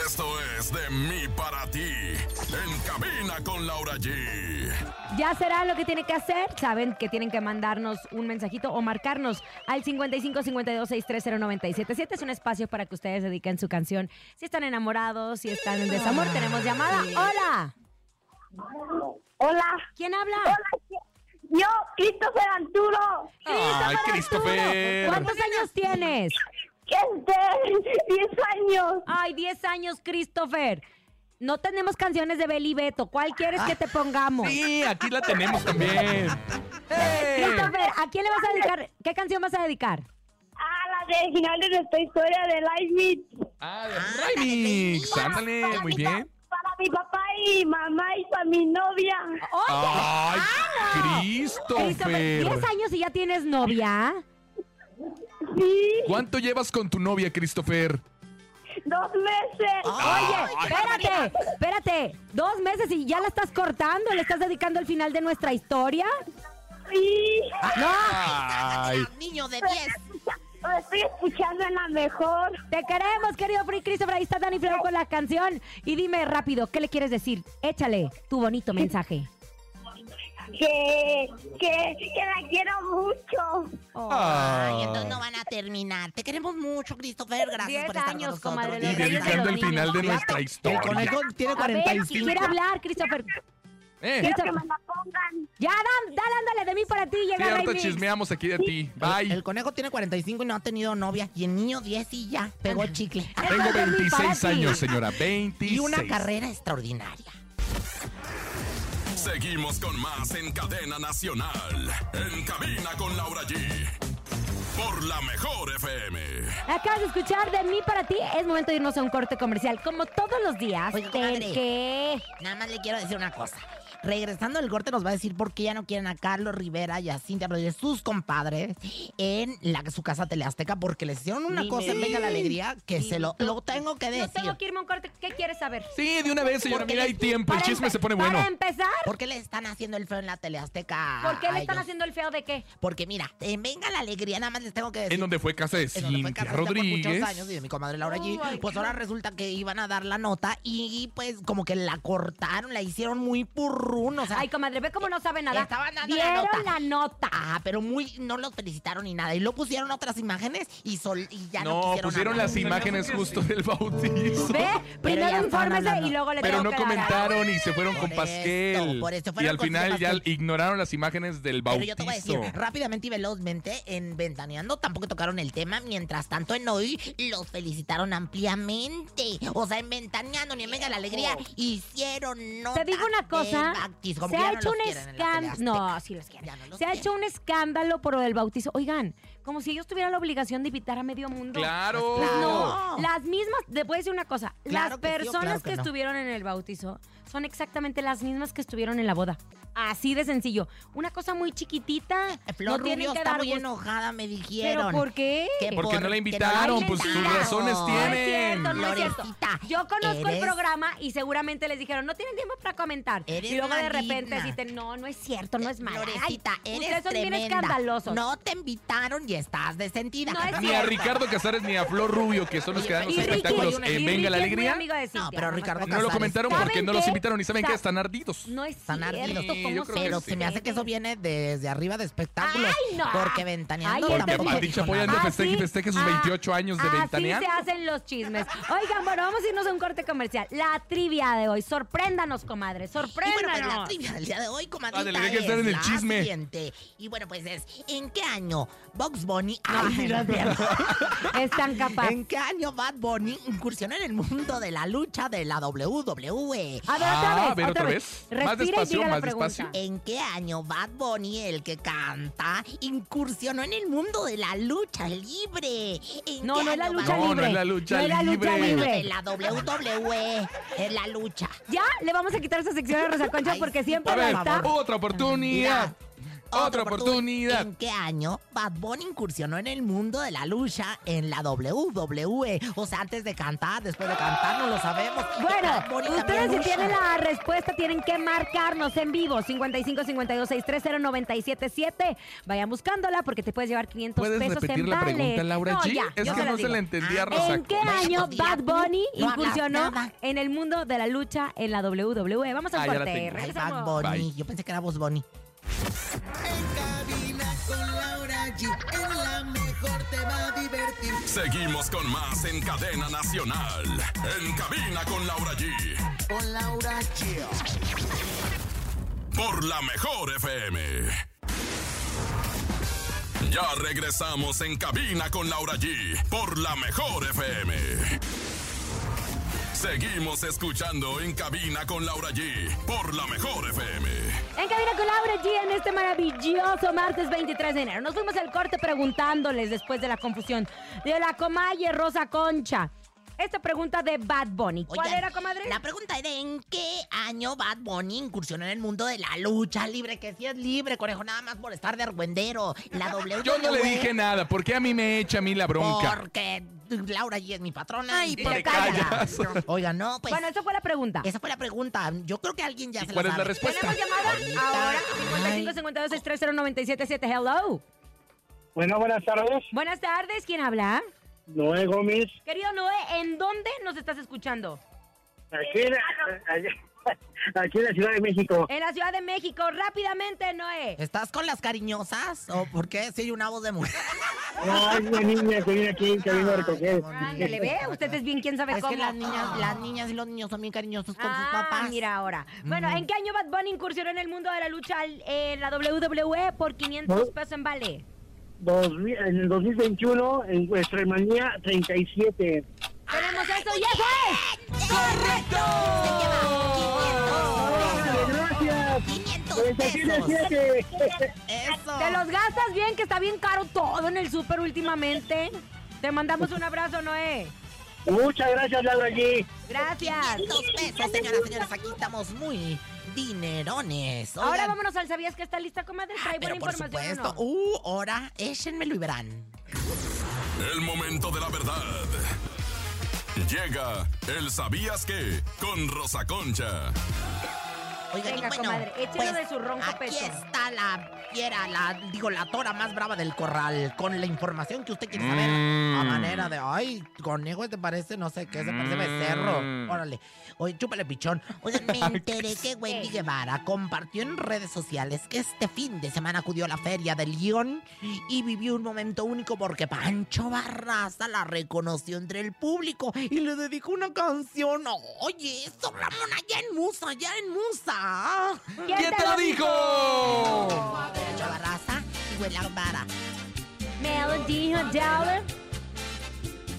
Speaker 1: Esto es de mí para ti. En cabina con Laura G.
Speaker 2: Ya será lo que tiene que hacer. Saben que tienen que mandarnos un mensajito o marcarnos al 55 52 630 977. Es un espacio para que ustedes dediquen su canción. Si están enamorados, si están en desamor, tenemos llamada. Hola.
Speaker 5: Hola,
Speaker 2: ¿Quién habla?
Speaker 5: yo, Christopher Anturo,
Speaker 4: Ay, Christopher.
Speaker 2: ¿Cuántos años tienes?
Speaker 5: este, 10 años,
Speaker 2: Ay, 10 años, Christopher. No tenemos canciones de Beli Beto. ¿Cuál quieres que te pongamos?
Speaker 4: Sí, aquí la tenemos también.
Speaker 2: Christopher, ¿a quién le vas a dedicar? ¿Qué canción vas a dedicar?
Speaker 5: a Ah, la de final de nuestra historia de Live Meet.
Speaker 4: Ah, de Remix. Ándale, muy bien.
Speaker 5: Para mi papá y mamá y para mi novia.
Speaker 4: Ay,
Speaker 2: Christopher,
Speaker 4: Ah, Christopher.
Speaker 2: 10 años y ya tienes novia.
Speaker 5: Sí,
Speaker 4: ¿Cuánto llevas con tu novia, Christopher?
Speaker 5: dos meses.
Speaker 4: Ah,
Speaker 2: Oye, espérate, espérate. Dos meses y ya la estás cortando, le estás dedicando al final de nuestra historia.
Speaker 5: Sí,
Speaker 3: Ah,
Speaker 4: Ay.
Speaker 3: Niño de 10.
Speaker 5: lo estoy escuchando en la mejor.
Speaker 2: Te queremos, querido Free Christopher. Ahí está Dani Flow con la canción. Y dime rápido, ¿qué le quieres decir? Échale tu bonito mensaje.
Speaker 5: Que, que, que la quiero mucho.
Speaker 4: Ah,
Speaker 3: Ay,
Speaker 4: Ay.
Speaker 3: entonces no van a terminar. Te queremos mucho, Christopher. Gracias
Speaker 2: Diez
Speaker 3: por estar
Speaker 2: años,
Speaker 3: con
Speaker 2: comadre, los
Speaker 3: nosotros.
Speaker 4: Y
Speaker 2: reyes de
Speaker 4: dedicando
Speaker 2: los
Speaker 4: el final de
Speaker 2: niños.
Speaker 4: nuestra
Speaker 3: El
Speaker 4: historia.
Speaker 3: conejo tiene
Speaker 2: A ver,
Speaker 3: 45.
Speaker 2: quiere hablar, Christopher.
Speaker 4: Eh,
Speaker 5: Quiero que me la pongan.
Speaker 2: Ya, dan, dale, ándale de mí para ti. Llega
Speaker 4: sí, ahorita
Speaker 2: Remix.
Speaker 4: chismeamos aquí de ti. Bye.
Speaker 3: El conejo tiene 45 y no ha tenido novia. Y el niño 10 y ya pegó el chicle.
Speaker 4: Tengo
Speaker 2: Entonces, mi
Speaker 4: 26
Speaker 2: para ti.
Speaker 4: años, señora. 26.
Speaker 3: Y una carrera extraordinaria.
Speaker 1: Seguimos con más en Cadena Nacional. En cabina con Laura G. Por la mejor FM.
Speaker 2: Acabas de escuchar de mí para ti. Es momento de irnos a un corte comercial. Como todos los días,
Speaker 3: Oye,
Speaker 2: ten
Speaker 3: comadre.
Speaker 2: que.
Speaker 3: Nada más le quiero decir una cosa. Regresando del corte nos va a decir por qué ya no quieren a Carlos Rivera y a Cintia Rodríguez, sus compadres, en la su casa Teleazteca, porque les hicieron una cosa en Venga la Alegría que se lo, lo tengo que
Speaker 2: Yo
Speaker 3: decir.
Speaker 2: tengo que irme a un corte. ¿Qué quieres saber?
Speaker 4: Sí, de una vez, señora. Mira, hay tiempo. El
Speaker 2: Para
Speaker 4: chisme
Speaker 2: empe-
Speaker 4: se pone
Speaker 2: Para
Speaker 4: bueno.
Speaker 2: empezar,
Speaker 3: ¿Por qué le están haciendo el feo en la Teleazteca?
Speaker 2: ¿por qué
Speaker 3: a
Speaker 2: le están
Speaker 3: ellos?
Speaker 2: haciendo el feo de qué?
Speaker 3: Porque mira, en Venga la Alegría nada más les tengo que decir.
Speaker 4: En donde fue casa de
Speaker 3: en donde fue
Speaker 4: Cintia
Speaker 3: Carlos Rivera por
Speaker 4: Rodríguez.
Speaker 3: muchos años y de mi comadre Laura allí,
Speaker 2: Oh, my
Speaker 3: pues ahora resulta que iban a dar la nota y pues como que la cortaron, la hicieron muy run, o sea.
Speaker 2: Ay, comadre, ve cómo no sabe nada.
Speaker 3: Estaban dando la
Speaker 2: Dieron
Speaker 3: nota.
Speaker 2: la nota.
Speaker 3: Ah, pero muy, no los felicitaron ni nada. Y luego pusieron otras imágenes y, sol, y ya no,
Speaker 4: No,
Speaker 3: quisieron
Speaker 4: pusieron
Speaker 3: hablar.
Speaker 4: las imágenes justo del bautizo.
Speaker 2: Ve,
Speaker 3: ya
Speaker 2: primero
Speaker 3: estaban
Speaker 2: infórmese
Speaker 3: hablando.
Speaker 2: y luego le
Speaker 4: Pero
Speaker 2: tengo
Speaker 4: no
Speaker 2: que dar a-
Speaker 4: comentaron y se fueron con
Speaker 3: Por
Speaker 4: pastel.
Speaker 3: esto, por esto,
Speaker 4: Y
Speaker 3: fueron
Speaker 4: al
Speaker 3: con
Speaker 4: final ya
Speaker 3: pastel.
Speaker 4: ignoraron las imágenes del
Speaker 3: Pero yo te voy a decir,
Speaker 4: bautizo.
Speaker 3: rápidamente y velozmente, en Ventaneando tampoco tocaron el tema. Mientras tanto, en hoy los felicitaron ampliamente. O sea, en Ventaneando, ni en Venga la Alegría, hicieron nota
Speaker 2: Te digo una
Speaker 3: de
Speaker 2: cosa,
Speaker 3: Bactis, como
Speaker 2: se
Speaker 3: que
Speaker 2: ha
Speaker 3: ya no
Speaker 2: hecho
Speaker 3: los
Speaker 2: un
Speaker 3: quieren en la tele
Speaker 2: escándalo. No,
Speaker 3: azteca.
Speaker 2: sí los quieren.
Speaker 3: Ya no los
Speaker 2: se ha
Speaker 3: quieren.
Speaker 2: hecho un escándalo por el bautizo. Oigan, como si ellos tuvieran la obligación de invitar a medio mundo.
Speaker 4: Claro.
Speaker 3: Pues
Speaker 2: No,
Speaker 3: claro.
Speaker 2: las mismas, te puedo decir una cosa,
Speaker 3: Claro
Speaker 2: las
Speaker 3: que sí o
Speaker 2: personas
Speaker 3: claro
Speaker 2: que,
Speaker 3: que no.
Speaker 2: estuvieron en el bautizo son exactamente las mismas que estuvieron en la boda. Así de sencillo. Una cosa muy chiquitita.
Speaker 3: Eh, Flor
Speaker 2: no tienen
Speaker 3: Rubio
Speaker 2: que
Speaker 3: está
Speaker 2: dar
Speaker 3: muy
Speaker 2: gusto.
Speaker 3: enojada, me
Speaker 2: ¿Pero
Speaker 3: dijeron.
Speaker 2: por qué?
Speaker 3: que
Speaker 4: ¿Por qué no la
Speaker 3: porque
Speaker 4: invitaron?
Speaker 3: la
Speaker 4: Pues sus
Speaker 3: invitaron.
Speaker 4: razones
Speaker 2: No es
Speaker 4: tienen.
Speaker 2: cierto, no es cierto.
Speaker 3: Florecita,
Speaker 2: Yo conozco el
Speaker 3: eres-
Speaker 2: programa y seguramente les dijeron, no tienen tiempo para comentar.
Speaker 3: Eres
Speaker 2: y luego de repente
Speaker 3: maligna.
Speaker 2: dicen, no, no es cierto, no es malo.
Speaker 3: Florecita, eres
Speaker 2: ustedes son bien
Speaker 3: tremenda.
Speaker 2: escandalosos.
Speaker 3: No te invitaron y estás desentida.
Speaker 2: No es
Speaker 4: Ni a Ricardo Casares ni a Flor Rubio, que son los que dan los
Speaker 2: Y Ricky,
Speaker 4: espectáculos
Speaker 2: y
Speaker 4: en
Speaker 2: Ricky
Speaker 4: Venga la
Speaker 2: es muy
Speaker 4: Alegría.
Speaker 2: amigo de
Speaker 3: No,
Speaker 2: Cintia,
Speaker 3: pero
Speaker 2: nomás
Speaker 3: Ricardo
Speaker 2: para-
Speaker 4: No lo
Speaker 3: Casares.
Speaker 4: comentaron
Speaker 2: ¿Saben
Speaker 4: porque no los
Speaker 2: qué?
Speaker 4: invitaron y saben
Speaker 2: Sa-
Speaker 4: que están ardidos.
Speaker 2: No es
Speaker 3: Están
Speaker 2: cierto,
Speaker 3: ardidos.
Speaker 4: Sí, yo
Speaker 2: ¿cómo
Speaker 4: creo
Speaker 2: se
Speaker 4: que
Speaker 3: Pero
Speaker 4: sí.
Speaker 3: se me hace que eso viene desde arriba de espectáculos.
Speaker 2: ¡Ay, no!
Speaker 3: Porque ventaneando
Speaker 2: Ay, el
Speaker 4: Porque
Speaker 3: tampoco
Speaker 2: Patricia
Speaker 3: dijo
Speaker 4: Patricia Poya no
Speaker 3: nada.
Speaker 2: Así-
Speaker 4: festeje, festeje sus
Speaker 2: ah,
Speaker 4: 28 años de ventaneando.
Speaker 2: Así se hacen los chismes. Oigan, bueno, vamos a irnos a un corte comercial. La trivia de hoy. Sorpréndanos, comadre.
Speaker 3: Y bueno, pues la
Speaker 2: Sorpréndanos.
Speaker 3: trivia del día de hoy, comadita,
Speaker 4: Ándale, deja de estar
Speaker 3: es
Speaker 4: en el
Speaker 3: la
Speaker 4: chisme.
Speaker 3: siguiente. Y bueno, pues es, ¿en qué año Box Bunny... Ay, no es cierto.
Speaker 2: Están capaces.
Speaker 3: ¿En qué año Bad Bunny incursionó en el mundo de la lucha de la E? WWE?
Speaker 2: A ver,
Speaker 4: Ah,
Speaker 2: otra vez.
Speaker 4: a ver, otra vez. Más
Speaker 2: Respira
Speaker 4: despacio,
Speaker 2: y diga la
Speaker 4: más
Speaker 2: pregunta.
Speaker 4: despacio.
Speaker 3: ¿En qué año Bad Bunny, el que canta, incursionó en el mundo de la lucha libre? ¿En
Speaker 2: No,
Speaker 3: qué
Speaker 2: no es la
Speaker 3: año
Speaker 2: lucha
Speaker 3: Bad
Speaker 4: No,
Speaker 2: libre.
Speaker 4: no es la lucha
Speaker 2: No es la lucha
Speaker 4: libre.
Speaker 2: libre.
Speaker 3: De la WWE es la lucha.
Speaker 2: Ya le vamos a quitar esa sección a Rosa Concha
Speaker 3: Ay,
Speaker 2: porque
Speaker 3: sí,
Speaker 2: siempre
Speaker 4: A
Speaker 3: por
Speaker 2: lo
Speaker 4: ver,
Speaker 2: está.
Speaker 3: favor.
Speaker 4: otra oportunidad. Otra oportunidad.
Speaker 3: ¿En qué año Bad Bunny incursionó en el mundo de la lucha en la WWE? O sea, antes de cantar, después de cantar, no lo sabemos. Bad Bunny
Speaker 2: Bueno,
Speaker 3: también
Speaker 2: ustedes si
Speaker 3: lucha.
Speaker 2: tienen la respuesta tienen que marcarnos en vivo 55 52 630 977. Vayan buscándola porque te puedes llevar 500
Speaker 4: ¿Puedes
Speaker 2: pesos
Speaker 4: repetir
Speaker 2: en
Speaker 4: la
Speaker 2: vales.
Speaker 4: pregunta, Laura
Speaker 2: No,
Speaker 4: G?
Speaker 2: ya,
Speaker 4: es
Speaker 2: yo
Speaker 4: que
Speaker 2: las
Speaker 4: no se
Speaker 2: digo.
Speaker 4: la entendía a
Speaker 3: Ah,
Speaker 4: Rosa.
Speaker 2: ¿En qué
Speaker 3: Concha.
Speaker 2: año
Speaker 3: Día
Speaker 2: Bad
Speaker 3: tú,
Speaker 2: Bunny
Speaker 3: no hablas
Speaker 2: incursionó
Speaker 3: nada.
Speaker 2: en el mundo de la lucha en la WWE? Vamos a
Speaker 4: Ah,
Speaker 2: un
Speaker 4: ya la
Speaker 2: corte.
Speaker 4: tengo.
Speaker 3: Ay,
Speaker 2: regresamos.
Speaker 3: Bad Bunny.
Speaker 4: Bye.
Speaker 3: Yo pensé que era Bad Bunny.
Speaker 1: Seguimos con más en Cadena Nacional. En cabina con Laura G. Con Laura G. Por la mejor FM. Ya regresamos en cabina con Laura G. Por la mejor FM. Seguimos escuchando en cabina con Laura G. Por la mejor FM.
Speaker 2: En cabina con Laura G en este maravilloso martes 23 de enero. Nos fuimos al corte preguntándoles después de la confusión de la comalle Rosa Concha. Esta pregunta de Bad Bunny. ¿Cuál
Speaker 3: Oigan,
Speaker 2: era, comadre?
Speaker 3: La pregunta era en qué año Bad Bunny incursionó en el mundo de la lucha libre, que si es libre, conejo, nada más por estar de argüendero. La WWE.
Speaker 4: Yo no le dije nada, porque a mí me echa a mí la bronca.
Speaker 3: Porque Laura G es mi patrona.
Speaker 2: Ay,
Speaker 3: y
Speaker 2: por
Speaker 3: te
Speaker 4: callas.
Speaker 3: callas. Oiga, no, pues.
Speaker 2: bueno, esa fue la pregunta.
Speaker 3: esa fue la pregunta. Yo creo que alguien ya
Speaker 4: ¿Y
Speaker 3: se
Speaker 4: cuál
Speaker 3: la
Speaker 4: es la
Speaker 3: sabe.
Speaker 4: respuesta?
Speaker 2: ¿Tenemos llamada? Ahora,
Speaker 3: Ay.
Speaker 2: 55 52 630 977. Hello.
Speaker 6: Bueno, buenas tardes.
Speaker 2: Buenas tardes, ¿quién habla?
Speaker 6: Noé Gómez.
Speaker 2: Querido Noé, ¿en dónde nos estás escuchando?
Speaker 6: Aquí en, la- aquí en la Ciudad de México.
Speaker 2: En la Ciudad de México. Rápidamente, Noé.
Speaker 3: ¿Estás con las cariñosas? ¿O por qué? Si hay una voz de mujer.
Speaker 6: No, es una niña que viene aquí que vino a recoger.
Speaker 2: Ándale, ve. Usted es bien, quién sabe
Speaker 3: Es
Speaker 2: cómo.
Speaker 3: que las niñas, las niñas y los niños son bien cariñosos con sus
Speaker 2: Ah,
Speaker 3: papás.
Speaker 2: Mira ahora. Bueno, ¿en qué año Bad Bunny incursionó en el mundo de la lucha al- en la WWE por 500 pesos en vale?
Speaker 6: Dos mil- en el 2021, en Extremanía 37.
Speaker 2: Tenemos eso y eso es. Oh,
Speaker 6: ¡Órale, gracias! Pues
Speaker 3: 500 pesos.
Speaker 6: 37.
Speaker 3: Eso.
Speaker 2: Te los gastas bien, que está bien caro todo en el súper últimamente. Te mandamos un abrazo, Noé.
Speaker 6: Muchas gracias, Laura G.
Speaker 2: Gracias.
Speaker 3: 500 pesos, señoras, señores. Aquí estamos muy dinerones.
Speaker 2: Ahora
Speaker 3: Oigan,
Speaker 2: vámonos al ¿Sabías que está lista, comadre? Trae buena
Speaker 3: Pero por
Speaker 2: información. o
Speaker 3: supuesto.
Speaker 2: no?
Speaker 3: Uh, ahora échenmelo y verán.
Speaker 1: El momento de la verdad. Llega el Sabías qué con Rosa Concha.
Speaker 3: Oiga,
Speaker 2: Venga,
Speaker 3: y bueno, pues,
Speaker 2: comadre, échelo de su ronco
Speaker 3: aquí
Speaker 2: pecho.
Speaker 3: está la fiera, la, digo, la tora más brava del corral, con la información que usted quiere saber a
Speaker 4: Mm.
Speaker 3: manera de, ay, conejo, ¿te parece? No sé qué, se parece
Speaker 4: Mm.
Speaker 3: becerro. Órale. Oye, chúpale, pichón. Oye, me enteré que Wendy Guevara compartió en redes sociales que este fin de semana acudió a la feria de León y vivió un momento único porque Pancho Barraza la reconoció entre el público y le dedicó una canción. Oye, eso, Ramón, allá en Musa, allá en Musa.
Speaker 4: ¿Quién te lo dijo?
Speaker 3: Pancho Barraza y Güey Vara.
Speaker 2: Melody Dowler.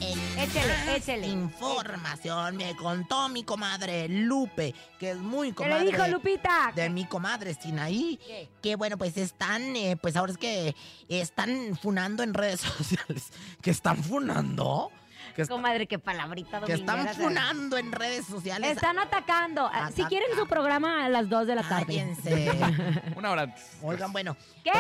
Speaker 3: En
Speaker 2: Échele,
Speaker 3: más
Speaker 2: échele.
Speaker 3: Información me contó mi comadre Lupe, que es muy
Speaker 2: ¿Qué le
Speaker 3: comadre.
Speaker 2: dijo Lupita?
Speaker 3: de mi comadre Sinaí,
Speaker 2: ¿Qué?
Speaker 3: que bueno, pues están, eh, pues ahora es que están funando en redes sociales, que están funando, que, est-
Speaker 2: Comadre, qué palabrita
Speaker 3: que
Speaker 2: dominguera.
Speaker 3: están
Speaker 2: ¿sabes?
Speaker 3: funando en redes sociales.
Speaker 2: Están atacando. Ah, Si
Speaker 3: Ataca.
Speaker 2: quieren su programa a las 2 de la tarde.
Speaker 3: Cállense.
Speaker 4: Una hora antes.
Speaker 3: Oigan, bueno,
Speaker 2: ¿Qué?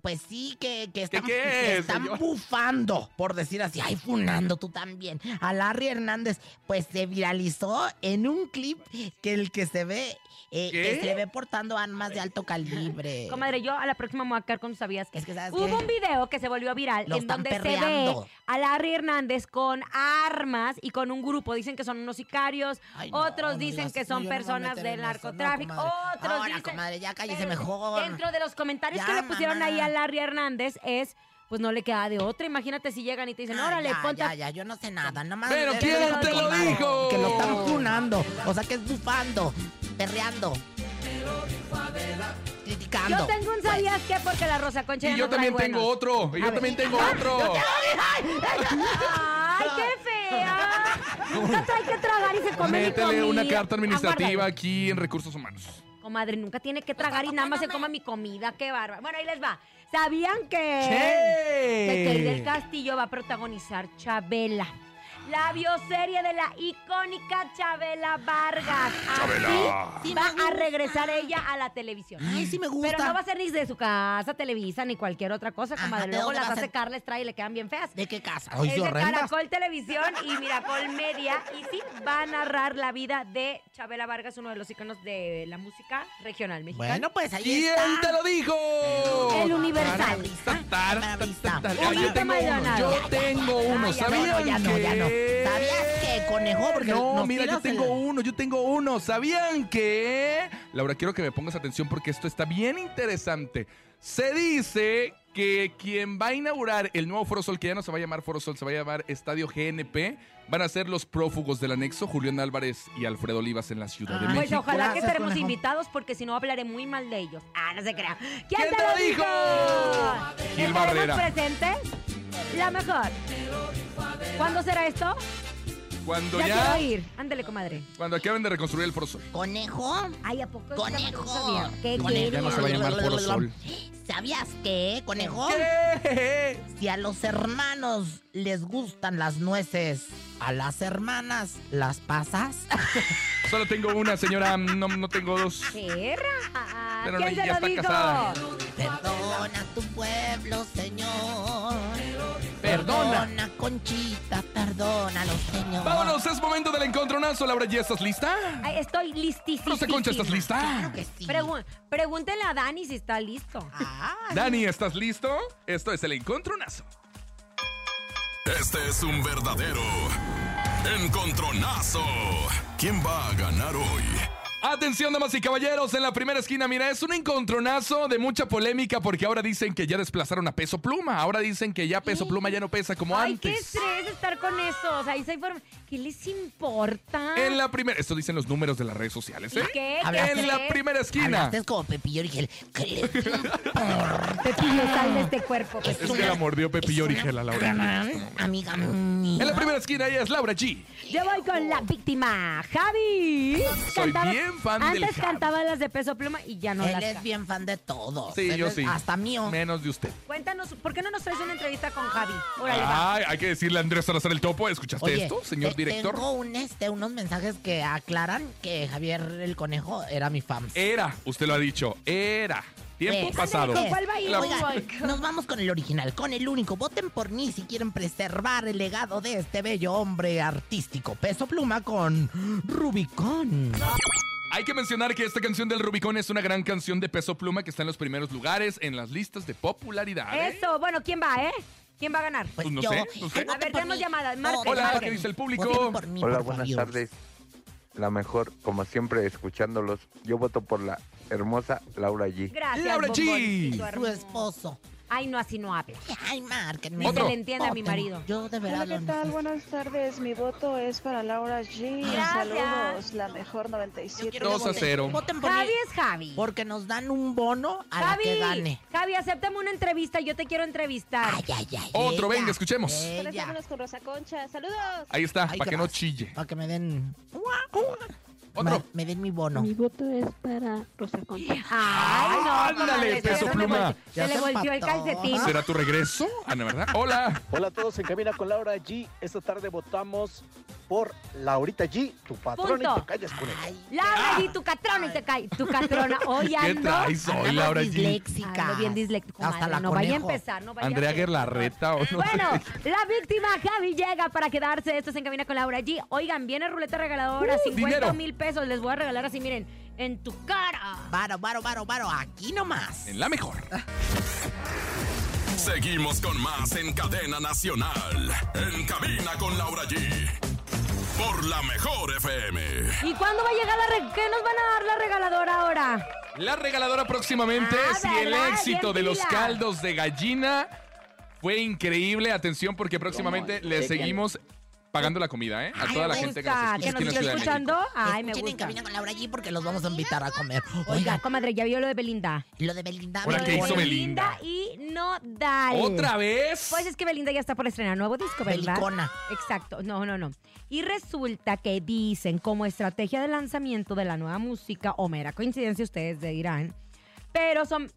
Speaker 3: pues sí que, que están,
Speaker 4: qué
Speaker 3: que
Speaker 4: es,
Speaker 3: están
Speaker 4: señor?
Speaker 3: bufando, por decir así, ay, funando tú también. A Larry Hernández, pues se viralizó en un clip que el que se ve, eh,
Speaker 4: ¿Qué?
Speaker 3: que se le ve portando armas de alto calibre.
Speaker 2: Comadre, yo a la próxima me voy a quedar con sabías que.
Speaker 3: Es que, ¿sabes
Speaker 2: Hubo
Speaker 3: qué?
Speaker 2: un video que se volvió viral
Speaker 3: Lo
Speaker 2: en
Speaker 3: están
Speaker 2: donde se
Speaker 3: perreando.
Speaker 2: ve a Larry Hernández con armas y con un grupo. Dicen que son unos sicarios,
Speaker 3: Ay, no,
Speaker 2: otros
Speaker 3: no
Speaker 2: dicen
Speaker 3: digas
Speaker 2: que
Speaker 3: eso,
Speaker 2: son
Speaker 3: yo no me
Speaker 2: personas
Speaker 3: meteré
Speaker 2: del
Speaker 3: en eso, no,
Speaker 2: narcotráfico,
Speaker 3: comadre.
Speaker 2: otros
Speaker 3: Ahora,
Speaker 2: dicen-
Speaker 3: comadre, ya cállese
Speaker 2: Pero
Speaker 3: mejor.
Speaker 2: Dentro de los comentarios que
Speaker 3: Ya,
Speaker 2: le pusieron
Speaker 3: mamá.
Speaker 2: ahí a Larry Hernández es, pues no le queda de otra. Imagínate si llegan y te dicen,
Speaker 3: Ah,
Speaker 2: órale,
Speaker 3: ya,
Speaker 2: ponte a
Speaker 3: ya, ya, yo no sé nada, nada más.
Speaker 4: Pero
Speaker 3: Eh,
Speaker 4: ¿quién
Speaker 3: déjalo
Speaker 4: te
Speaker 3: de
Speaker 4: lo
Speaker 3: comadre,
Speaker 4: dijo?
Speaker 3: Que lo están funando, o sea que es bufando, perreando. Criticando.
Speaker 2: Yo tengo un sabías qué porque la Rosa Concha ya
Speaker 4: Y yo
Speaker 2: no trae
Speaker 4: también tengo
Speaker 2: buenos.
Speaker 4: otro.
Speaker 2: A
Speaker 4: Y yo
Speaker 2: ver. Ah,
Speaker 4: también tengo otro.
Speaker 2: ¡Ay, qué fea! Nunca trae que tragar y se come mi
Speaker 4: Métele
Speaker 2: comida.
Speaker 4: una carta administrativa
Speaker 2: Aguárdalo.
Speaker 4: aquí en Recursos Humanos.
Speaker 2: Comadre, nunca tiene que tragar y nada más se come mi comida. ¡Qué bárbaro! Bueno, ahí les va. ¿Sabían que... Que Kate del Castillo va a protagonizar Chabela. La bioserie de la icónica Chabela Vargas.
Speaker 1: Chabela.
Speaker 2: Así va a regresar ella a la televisión.
Speaker 3: Ay, sí me gusta.
Speaker 2: Pero no va a ser ni de su casa, Televisa, ni cualquier otra cosa,
Speaker 3: Ajá,
Speaker 2: comadre.
Speaker 3: ¿de
Speaker 2: Luego
Speaker 3: dónde
Speaker 2: las
Speaker 3: va a
Speaker 2: hace
Speaker 3: ser?
Speaker 2: Carles trae y le quedan bien feas.
Speaker 3: ¿De qué casa?
Speaker 2: Es
Speaker 3: Ay, sí,
Speaker 2: de
Speaker 3: horrendas.
Speaker 2: Caracol Televisión y Miracol Media. Y sí, va a narrar la vida de Chabela Vargas, uno de los iconos de la música regional mexicana.
Speaker 3: Bueno, pues ahí
Speaker 4: ¿Quién
Speaker 3: está.
Speaker 4: te lo dijo?
Speaker 2: El Universal.
Speaker 4: Tar, tar, tar, tar, tar. Ah,
Speaker 2: Huguito
Speaker 4: Yo tengo uno.
Speaker 2: Maldonado.
Speaker 4: Yo tengo uno.
Speaker 2: ya, ya,
Speaker 4: ¿Sabían
Speaker 3: no, ya no, ya no.
Speaker 4: que-
Speaker 3: ¿Sabías que, conejo? Porque
Speaker 4: no,
Speaker 3: nos
Speaker 4: mira, yo
Speaker 3: tiras el-
Speaker 4: tengo uno, yo tengo uno. ¿Sabían que? Laura, quiero que me pongas atención porque esto está bien interesante. Se dice que quien va a inaugurar el nuevo Foro Sol, que ya no se va a llamar Foro Sol, se va a llamar Estadio GNP, van a ser los prófugos del anexo Julián Álvarez y Alfredo Olivas en la Ciudad de
Speaker 3: Ah,
Speaker 2: Pues
Speaker 4: México.
Speaker 2: ojalá que
Speaker 3: Gracias,
Speaker 2: estemos
Speaker 3: conejo.
Speaker 2: invitados porque si no hablaré muy mal de ellos. Ah, no se crea. ¿Quién,
Speaker 4: ¿Quién
Speaker 2: te lo dijo?
Speaker 4: Gil
Speaker 2: ¿Estaremos
Speaker 4: Barrera.
Speaker 2: presentes? La mejor. ¿Cuándo será esto?
Speaker 4: Cuando
Speaker 2: Ya,
Speaker 4: ya,
Speaker 2: quiero ir. Ándale, comadre.
Speaker 4: cuando acaben de reconstruir el Foro Sol.
Speaker 3: ¿Conejo?
Speaker 2: Ay, ¿a poco?
Speaker 3: Conejo.
Speaker 2: Pues No sabía. ¿Qué
Speaker 3: Conejo.
Speaker 2: quieres?
Speaker 4: Ya no se va a llamar Foro Sol.
Speaker 3: ¿Sabías qué, conejo?
Speaker 4: ¡Eh,
Speaker 3: Si a los hermanos les gustan las nueces, a las hermanas las pasas.
Speaker 4: Solo tengo una, señora. No, no tengo dos.
Speaker 2: Perra.
Speaker 4: Pero
Speaker 2: ¿Quién
Speaker 4: no,
Speaker 2: se
Speaker 4: ya
Speaker 2: lo
Speaker 4: está
Speaker 2: dijo?
Speaker 4: casada.
Speaker 3: Perdona tu pueblo, Señor.
Speaker 4: Perdona.
Speaker 3: Perdona, Conchita, perdónalo, Señor.
Speaker 4: Vámonos, es momento del encontronazo. Laura, ¿ya estás lista?
Speaker 2: Ay, estoy listísima.
Speaker 4: Rosa Concha, ¿estás lista?
Speaker 3: Claro que sí.
Speaker 2: Pregu- pregúntenle a Dani si está listo.
Speaker 4: Ah,
Speaker 3: Ay.
Speaker 4: Dani, ¿estás listo? Esto es el encontronazo.
Speaker 1: Este es un verdadero encontronazo. ¿Quién va a ganar hoy?
Speaker 4: Atención, damas y caballeros, en la primera esquina, mira, es un encontronazo de mucha polémica porque ahora dicen que ya desplazaron a Peso Pluma. Ahora dicen que ya Peso Pluma ya no pesa como
Speaker 2: Ay, qué
Speaker 4: antes.
Speaker 2: estrés estar con eso. O sea, esa inform- ¿Qué les importa?
Speaker 4: En la primera, esto dicen los números de las redes sociales,
Speaker 2: ¿Y
Speaker 4: ¿eh?
Speaker 2: qué?
Speaker 3: Hablaste-
Speaker 4: En la primera esquina.
Speaker 3: Hablaste es como Pepillo Origel. ¿Qué les importa?
Speaker 2: Pepillo, sal de este cuerpo.
Speaker 3: Es
Speaker 4: Es
Speaker 2: Pepillo.
Speaker 4: que la mordió Pepillo
Speaker 3: Es una
Speaker 4: Origel a Laura.
Speaker 3: gran Amiga mía.
Speaker 4: En la primera esquina ella es Laura G.
Speaker 2: Yo voy con la víctima, Javi.
Speaker 4: Soy bien fan
Speaker 2: antes
Speaker 4: del Javi.
Speaker 2: cantaba las de peso pluma y ya no
Speaker 3: Él
Speaker 2: las
Speaker 3: es
Speaker 2: canta.
Speaker 3: bien fan de todos.
Speaker 4: Sí,
Speaker 3: Él
Speaker 4: yo
Speaker 3: es-
Speaker 4: sí.
Speaker 3: Hasta mío.
Speaker 4: Menos de usted.
Speaker 2: Cuéntanos, ¿por qué no nos traes una entrevista con Javi? Órale, va.
Speaker 4: Ay, hay que decirle a Andrés Salazar el Topo. ¿Escuchaste
Speaker 3: Oye,
Speaker 4: esto, señor
Speaker 3: te-
Speaker 4: director?
Speaker 3: Tengo un, este, unos mensajes que aclaran que Javier el Conejo era mi fan.
Speaker 4: Era, usted lo ha dicho, era. Eh, Tiempo
Speaker 3: Eh,
Speaker 4: pasado.
Speaker 2: ándale, ¿con cuál va a ir?
Speaker 4: La-
Speaker 2: Oiga.
Speaker 3: Oigan, nos vamos con el original, con el único. Voten por mí si quieren preservar el legado
Speaker 4: Pues
Speaker 3: de este bello hombre artístico. Peso pluma con Rubicón.
Speaker 4: Hay que mencionar que esta canción del Rubicón es una gran canción de peso pluma que está en los primeros lugares en las listas de popularidad. ¿eh?
Speaker 2: Eso, bueno, ¿quién va, eh? ¿Quién va a ganar?
Speaker 3: Pues
Speaker 4: Pues no
Speaker 3: yo-
Speaker 4: sé, no sé.
Speaker 3: Ay,
Speaker 2: A ver,
Speaker 3: voten por
Speaker 2: tenemos
Speaker 3: mí.
Speaker 2: llamadas.
Speaker 3: No,
Speaker 2: Marquen,
Speaker 3: voten
Speaker 4: Hola,
Speaker 3: por
Speaker 4: ¿qué
Speaker 3: mí.
Speaker 4: dice el público?
Speaker 3: Voten por mí,
Speaker 8: Hola,
Speaker 3: por
Speaker 8: buenas
Speaker 3: favor.
Speaker 8: tardes. La mejor, como siempre, escuchándolos. Yo votoญpor la hermosa Laura G.
Speaker 2: Gracias,
Speaker 4: Laura
Speaker 2: bombón,
Speaker 4: G.
Speaker 2: tu
Speaker 3: Su
Speaker 2: hermoso.
Speaker 3: esposo.
Speaker 2: Ay, no, así no habla.
Speaker 3: Ay, márquenme.
Speaker 2: Ni
Speaker 4: Otro.
Speaker 2: se le entiende a mi
Speaker 3: Voten.
Speaker 2: marido.
Speaker 3: Yo de verdad
Speaker 9: Hola,
Speaker 3: lo
Speaker 9: ¿qué tal?
Speaker 3: necesito.
Speaker 9: Buenas tardes. Mi voto es para Laura G.
Speaker 2: Gracias.
Speaker 9: Saludos, la mejor
Speaker 3: Yo
Speaker 9: 97.
Speaker 3: quiero que
Speaker 4: Dos a
Speaker 3: voten.
Speaker 4: cero.
Speaker 3: Voten por mí.
Speaker 2: Javi es Javi.
Speaker 3: Porque nos dan un bono a la que gane.
Speaker 2: Javi, acéptame una entrevista, yo te quiero entrevistar.
Speaker 3: Ay, ay, ay.
Speaker 4: Otro,
Speaker 3: ella,
Speaker 4: venga, escuchemos.
Speaker 3: Ella.
Speaker 9: con Rosa Concha. Saludos.
Speaker 4: Ahí está,
Speaker 3: Ay,
Speaker 4: para que no
Speaker 3: gracias.
Speaker 4: chille.
Speaker 3: Para que me den.
Speaker 4: Otro.
Speaker 3: Ma- Me den mi bono.
Speaker 10: Mi voto es para Rosa Concha.
Speaker 2: Ay, no,
Speaker 4: Ándale,
Speaker 2: comadre,
Speaker 4: peso
Speaker 2: se le
Speaker 4: pluma.
Speaker 2: volteó- Se
Speaker 3: Ya
Speaker 2: le
Speaker 3: se
Speaker 2: volteó el
Speaker 3: empató.
Speaker 2: calcetín.
Speaker 4: ¿Será tu regreso? Ana, ¿verdad? Hola.
Speaker 11: Hola a todos en Cabina con Laura G. Esta tarde votamos por Laurita G, tu patrona
Speaker 2: Punto.
Speaker 11: y te callas con ella.
Speaker 3: Ay,
Speaker 2: Laura G, tu catrona y te cae. Tu catrona. Oye,
Speaker 4: ¿Qué
Speaker 2: ando.
Speaker 4: traes hoy,
Speaker 3: andamos
Speaker 4: Laura G?
Speaker 3: disléxica.
Speaker 2: Ando bien disléctico.
Speaker 3: Hasta
Speaker 2: madre,
Speaker 3: la
Speaker 2: no vaya a
Speaker 3: conejo.
Speaker 2: empezar, no vaya a
Speaker 3: eh,
Speaker 4: Andrea
Speaker 2: empezar.
Speaker 4: Guerlarreta o no.
Speaker 2: Bueno, la víctima Javi llega para quedarse. Esto se encamina con Laura G. Oigan, viene ruleta regaladora,
Speaker 4: Uh,
Speaker 2: 50
Speaker 4: dinero.
Speaker 2: mil pesos. Les voy a regalar así, miren, en tu cara.
Speaker 3: Varo, varo, varo, varo. Aquí nomás.
Speaker 4: En la mejor.
Speaker 1: Seguimos con más en Cadena Nacional. En cabina con Laura G. Por la mejor FM.
Speaker 2: ¿Y cuándo va a llegar la re- ¿Qué nos van a dar la regaladora ahora?
Speaker 4: La regaladora próximamente
Speaker 2: Ah,
Speaker 4: si el
Speaker 2: ¿verdad?
Speaker 4: éxito
Speaker 2: Bien
Speaker 4: de los
Speaker 2: pila.
Speaker 4: caldos de gallina fue increíble. Atención, porque próximamente le seguimos pagando la comida, ¿eh? A
Speaker 3: Ay,
Speaker 4: toda la
Speaker 3: me
Speaker 4: gente que
Speaker 2: gusta,
Speaker 4: nos
Speaker 2: que
Speaker 4: escucha aquí
Speaker 3: nos
Speaker 4: en la
Speaker 3: esté
Speaker 4: Ciudad de México.
Speaker 2: escuchando. Ay, me
Speaker 3: Escuchen en
Speaker 2: gusta.
Speaker 3: Cabina con Laura G porque los vamos a invitar a comer.
Speaker 2: Oiga,
Speaker 3: Oiga,
Speaker 2: comadre, ya vio lo de Belinda.
Speaker 3: lo de Belinda.
Speaker 4: Ahora,
Speaker 3: me
Speaker 2: Lo
Speaker 4: ¿qué
Speaker 2: de
Speaker 3: duele.
Speaker 4: hizo Belinda?
Speaker 2: y Nodal.
Speaker 4: ¿Otra vez?
Speaker 2: Pues es que Belinda ya está por estrenar nuevo disco, ¿verdad?
Speaker 3: Belicona.
Speaker 2: Exacto, no, no, no. Y resulta que dicen, como estrategia de lanzamiento de la nueva música, o mera coincidencia, ustedes de dirán, pero son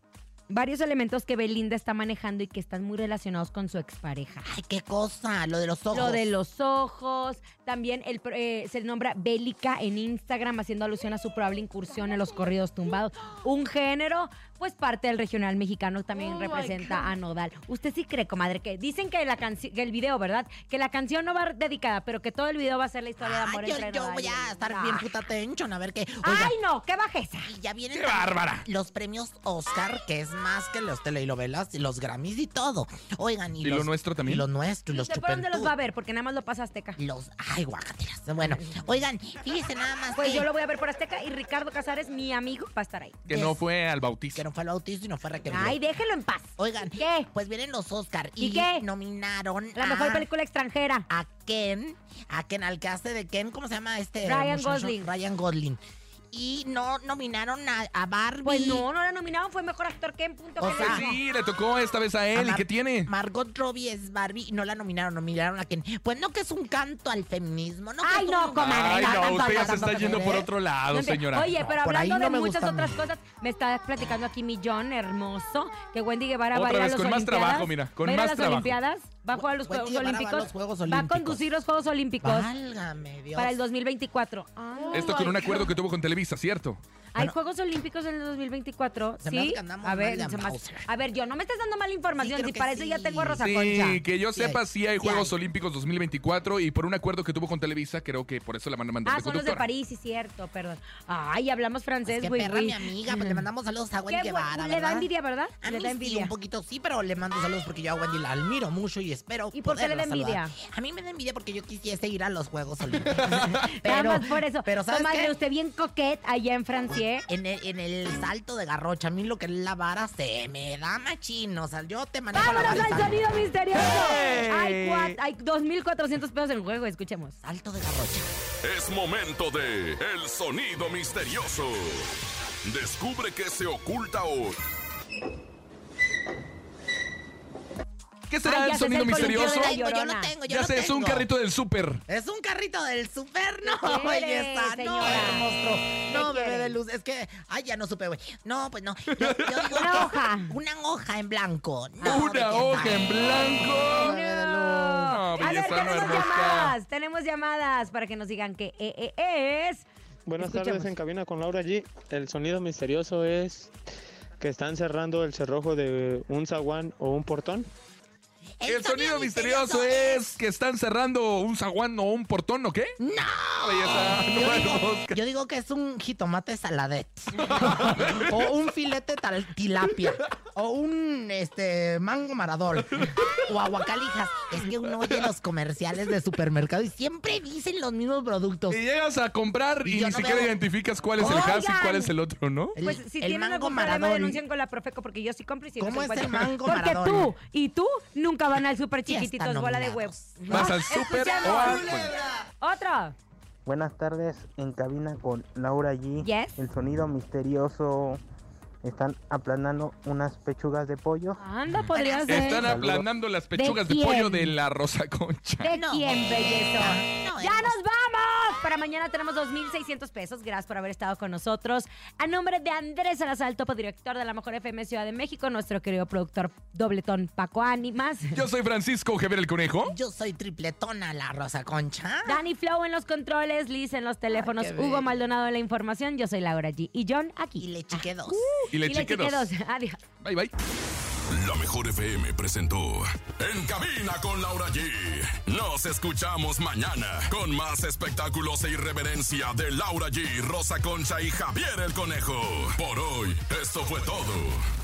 Speaker 2: varios elementos que Belinda está manejando y que están muy relacionados con su expareja.
Speaker 3: Ay, qué cosa. Lo de los ojos.
Speaker 2: Lo de los ojos, también el, pro- eh, se nombra Bélica en Instagram, haciendo alusión a su probable incursión en los corridos tumbados. Un género, pues parte del regional mexicano
Speaker 3: Oh
Speaker 2: también representa a Nodal. ¿Usted sí cree, comadre, que dicen que, la canci- que el video, ¿verdad? Que la canción no va dedicada, pero que todo el video va a ser la historia de
Speaker 3: Ay,
Speaker 2: amor
Speaker 3: yo,
Speaker 2: entre
Speaker 3: yo
Speaker 2: Nodal
Speaker 3: voy
Speaker 2: y
Speaker 3: a
Speaker 2: Belinda.
Speaker 3: estar bien puta tension. A ver qué. Oiga,
Speaker 2: ¡Ay, no! ¡Qué bajeza!
Speaker 3: y ya vienen
Speaker 4: ¡Qué
Speaker 3: también
Speaker 4: bárbara!
Speaker 3: los premios Oscar, que es más que los telenovelas y los Grammys y todo. Oigan, y,
Speaker 4: ¿Y
Speaker 3: los,
Speaker 4: lo nuestro también?
Speaker 3: Y lo nuestro, y
Speaker 2: ¿Y
Speaker 3: los
Speaker 2: usted por dónde los va a
Speaker 3: chupentú.
Speaker 2: ver? Porque nada más lo pasa Azteca.
Speaker 3: Los, ay, guacatelas. Bueno, oigan, fíjense nada más
Speaker 2: Pues
Speaker 3: que,
Speaker 2: yo lo voy a ver por Azteca y Ricardo Casares, mi amigo, va a estar ahí.
Speaker 4: Que no fue al bautizo.
Speaker 3: que no fue al bautizo y no fue requerido.
Speaker 2: Ay, déjelo en paz.
Speaker 3: Oigan,
Speaker 2: ¿Qué?
Speaker 3: pues vienen los Oscar y,
Speaker 2: ¿Y qué?
Speaker 3: nominaron
Speaker 2: La
Speaker 3: a,
Speaker 2: mejor película extranjera.
Speaker 3: a Ken, a Ken, al que hace de Ken, ¿cómo se llama este?
Speaker 2: Ryan
Speaker 3: muchacho?
Speaker 2: Gosling.
Speaker 3: Ryan Gosling. Y no nominaron a, a Barbie.
Speaker 2: Pues no, no era nominado, fue mejor actor que en punto
Speaker 3: O
Speaker 2: que
Speaker 3: sea,
Speaker 2: no.
Speaker 4: Pues sí, le tocó esta vez a él. ¿Y
Speaker 3: Amar-
Speaker 4: qué tiene?
Speaker 3: Margot Robbie es Barbie y no la nominaron, nominaron a Ken. Pues no que es un canto al feminismo, ¿no? que
Speaker 2: Ay,
Speaker 3: es
Speaker 2: no,
Speaker 3: un-
Speaker 2: comadre,
Speaker 4: Ay,
Speaker 2: no,
Speaker 4: no,
Speaker 2: tampoco,
Speaker 4: usted ya se está
Speaker 2: tampoco,
Speaker 4: yendo por otro lado,
Speaker 2: No,
Speaker 4: señora.
Speaker 2: Oye, pero
Speaker 3: por ahí
Speaker 2: hablando de
Speaker 3: no me
Speaker 2: muchas
Speaker 3: gustan.
Speaker 2: otras cosas, me está platicando aquí mi John, hermoso, que Wendy Guevara va a
Speaker 4: Otra
Speaker 2: ir a
Speaker 4: vez,
Speaker 2: los
Speaker 4: con más
Speaker 2: Olimpiadas.
Speaker 4: trabajo, mira, con
Speaker 2: va a ir a
Speaker 4: más
Speaker 2: las
Speaker 4: trabajo.
Speaker 2: Olimpiadas, va a jugar a los
Speaker 3: Wendy
Speaker 2: Juegos
Speaker 3: Guevara va a los
Speaker 2: Olímpicos,
Speaker 3: Juegos
Speaker 2: va a
Speaker 3: Olímpicos.
Speaker 2: conducir los Juegos Olímpicos
Speaker 3: Válgame Dios.
Speaker 2: para el 2024. Ay,
Speaker 4: Esto con un acuerdo que tuvo con Televisa, ¿cierto?
Speaker 2: Hay Juegos Olímpicos en el 2024,
Speaker 3: Se me hace
Speaker 2: ¿sí?
Speaker 3: que andamos
Speaker 2: A ver,
Speaker 3: mal de
Speaker 2: se me hace-
Speaker 3: Mauser.
Speaker 2: a ver, yo no me estás dando mala información,
Speaker 3: creo
Speaker 2: si
Speaker 3: que
Speaker 2: para eso ya
Speaker 3: sí.
Speaker 2: tengo a Rosa Concha.
Speaker 4: Sí, que yo
Speaker 3: Sí hay,
Speaker 4: sepa, sí
Speaker 3: sí
Speaker 4: hay Juegos
Speaker 3: hay.
Speaker 4: Olímpicos 2024 y por un acuerdo que tuvo con Televisa, creo que por eso la mandan
Speaker 2: Ah, son
Speaker 4: de
Speaker 2: los de
Speaker 4: conductora.
Speaker 2: París, sí, cierto, perdón. Ay, hablamos francés,
Speaker 3: Es que
Speaker 2: güey.
Speaker 3: perra mi amiga, pues le mandamos saludos a Wendy
Speaker 2: Qué bueno,
Speaker 3: Guevara,
Speaker 2: le da
Speaker 3: ¿verdad?
Speaker 2: envidia, ¿verdad?
Speaker 3: A
Speaker 2: le
Speaker 3: mí
Speaker 2: da
Speaker 3: sí,
Speaker 2: envidia.
Speaker 3: un poquito sí, pero le mando saludos porque yo a Wendy la admiro mucho y espero
Speaker 2: ¿Y por qué le da
Speaker 3: poderla saludar.
Speaker 2: envidia?
Speaker 3: A mí me da envidia porque yo quisiese ir a los Juegos Olímpicos.
Speaker 2: Nada más por eso.
Speaker 3: Pero ¿sabes
Speaker 2: Comadre,
Speaker 3: qué?
Speaker 2: usted bien coquet allá en Francia. ¿eh?
Speaker 3: En el, en el salto de garrocha, a mí lo que es la vara se me da machín. O sea, yo te manejo la
Speaker 2: ¡Vámonos
Speaker 3: vara y
Speaker 2: al
Speaker 3: salto.
Speaker 2: sonido misterioso!
Speaker 4: ¡Hey!
Speaker 2: Hay, cua- hay 2.400 pesos en juego, escuchemos.
Speaker 3: Salto de garrocha.
Speaker 1: Es momento de El Sonido Misterioso. Descubre qué se oculta hoy.
Speaker 4: ¿Qué será
Speaker 2: Ay, ya
Speaker 4: el
Speaker 2: sé,
Speaker 4: sonido
Speaker 2: es el
Speaker 4: misterioso?
Speaker 2: Yo la
Speaker 3: Yo lo tengo, yo lo
Speaker 2: llorona.
Speaker 3: tengo, yo
Speaker 4: Ya
Speaker 3: lo
Speaker 4: sé, es un
Speaker 3: tengo.
Speaker 4: carrito del súper.
Speaker 3: Es un carrito del super, no,
Speaker 2: ¿Qué
Speaker 3: oye,
Speaker 2: quiere,
Speaker 3: está, no,
Speaker 2: señora?
Speaker 3: el monstruo. No,
Speaker 2: ¿Qué
Speaker 3: bebé
Speaker 2: quiere?
Speaker 3: de luz, es que, ay, ya no supe, güey. No, pues no. Yo- yo digo
Speaker 2: Una
Speaker 3: que-
Speaker 2: hoja.
Speaker 3: Una hoja en blanco. No, ¿de qué
Speaker 4: Una hoja
Speaker 3: tal?
Speaker 4: en blanco. Ah,
Speaker 2: A
Speaker 4: belleza
Speaker 2: ver,
Speaker 4: no
Speaker 2: tenemos
Speaker 4: hermosa.
Speaker 2: llamadas. Tenemos llamadas para que nos digan que eh, eh, es.
Speaker 10: Buenas
Speaker 2: Escuchemos.
Speaker 10: tardes en cabina con Laura G. El sonido misterioso es que están cerrando el cerrojo de un zaguán o un portón.
Speaker 4: El, sonido, misterioso, es que están cerrando un zaguán o un portón, ¿o qué? Ah,
Speaker 3: ¡No!
Speaker 4: Belleza,
Speaker 3: yo,
Speaker 4: no hay
Speaker 3: digo,
Speaker 4: mosca.
Speaker 3: yo digo que es un jitomate saladet. o un filete tal tilapia. O un este mango maradol. O aguacalijas. Es que uno oye los comerciales de supermercado y siempre dicen los mismos productos.
Speaker 4: Y llegas a comprar y,
Speaker 3: Y yo
Speaker 4: ni
Speaker 3: no
Speaker 4: siquiera
Speaker 3: veo.
Speaker 4: identificas cuál es el
Speaker 3: Oigan.
Speaker 4: Hass y cuál es el otro, ¿no?
Speaker 3: El-
Speaker 2: Pues si
Speaker 3: el
Speaker 2: tienen
Speaker 3: mango
Speaker 2: algún problema,
Speaker 3: Maradol.
Speaker 2: denuncien con la Profeco porque yo sí compro y siempre
Speaker 3: ¿Cómo
Speaker 2: se
Speaker 3: es el
Speaker 2: encuentran.
Speaker 3: mango
Speaker 2: Porque
Speaker 3: Maradol?
Speaker 2: tú y tú nunca van al súper
Speaker 3: Ya están
Speaker 2: chiquititos, bola de huevo.
Speaker 3: nominados.
Speaker 4: Vas al súper o al-
Speaker 2: Otro.
Speaker 12: Buenas tardes, en cabina con Laura G.
Speaker 2: Yes.
Speaker 12: El sonido misterioso. Están aplanando unas pechugas de pollo.
Speaker 2: Anda, podría ser.
Speaker 4: Están aplanando las pechugas de,
Speaker 2: quién?
Speaker 4: pollo de la Rosa Concha.
Speaker 2: ¿De
Speaker 3: No.
Speaker 2: quién, belleza?
Speaker 3: No, eh,
Speaker 2: ¡Ya nos vamos! Para mañana tenemos 2.600 pesos. Gracias por haber estado con nosotros. A nombre de Andrés Salazar, el topo director de la Mejor FM Ciudad de México, nuestro querido productor dobletón Paco Ánimas,
Speaker 4: Yo soy Francisco Javier el Conejo.
Speaker 3: Yo soy tripletona, la Rosa Concha.
Speaker 2: Dani Flow en los controles, Liz en los teléfonos,
Speaker 3: Ay, qué
Speaker 2: Hugo
Speaker 3: bello.
Speaker 2: Maldonado en la información, yo soy Laura G. Y John
Speaker 3: Y
Speaker 2: aquí. Ah.
Speaker 3: le chiqué dos.
Speaker 4: Y le chiqué dos.
Speaker 2: Adiós.
Speaker 4: Bye, bye.
Speaker 1: La mejor FM presentó En cabina con Laura G. Nos escuchamos mañana con más espectáculos e irreverencia de Laura G, Rosa Concha y Javier el Conejo. Por hoy, esto fue todo.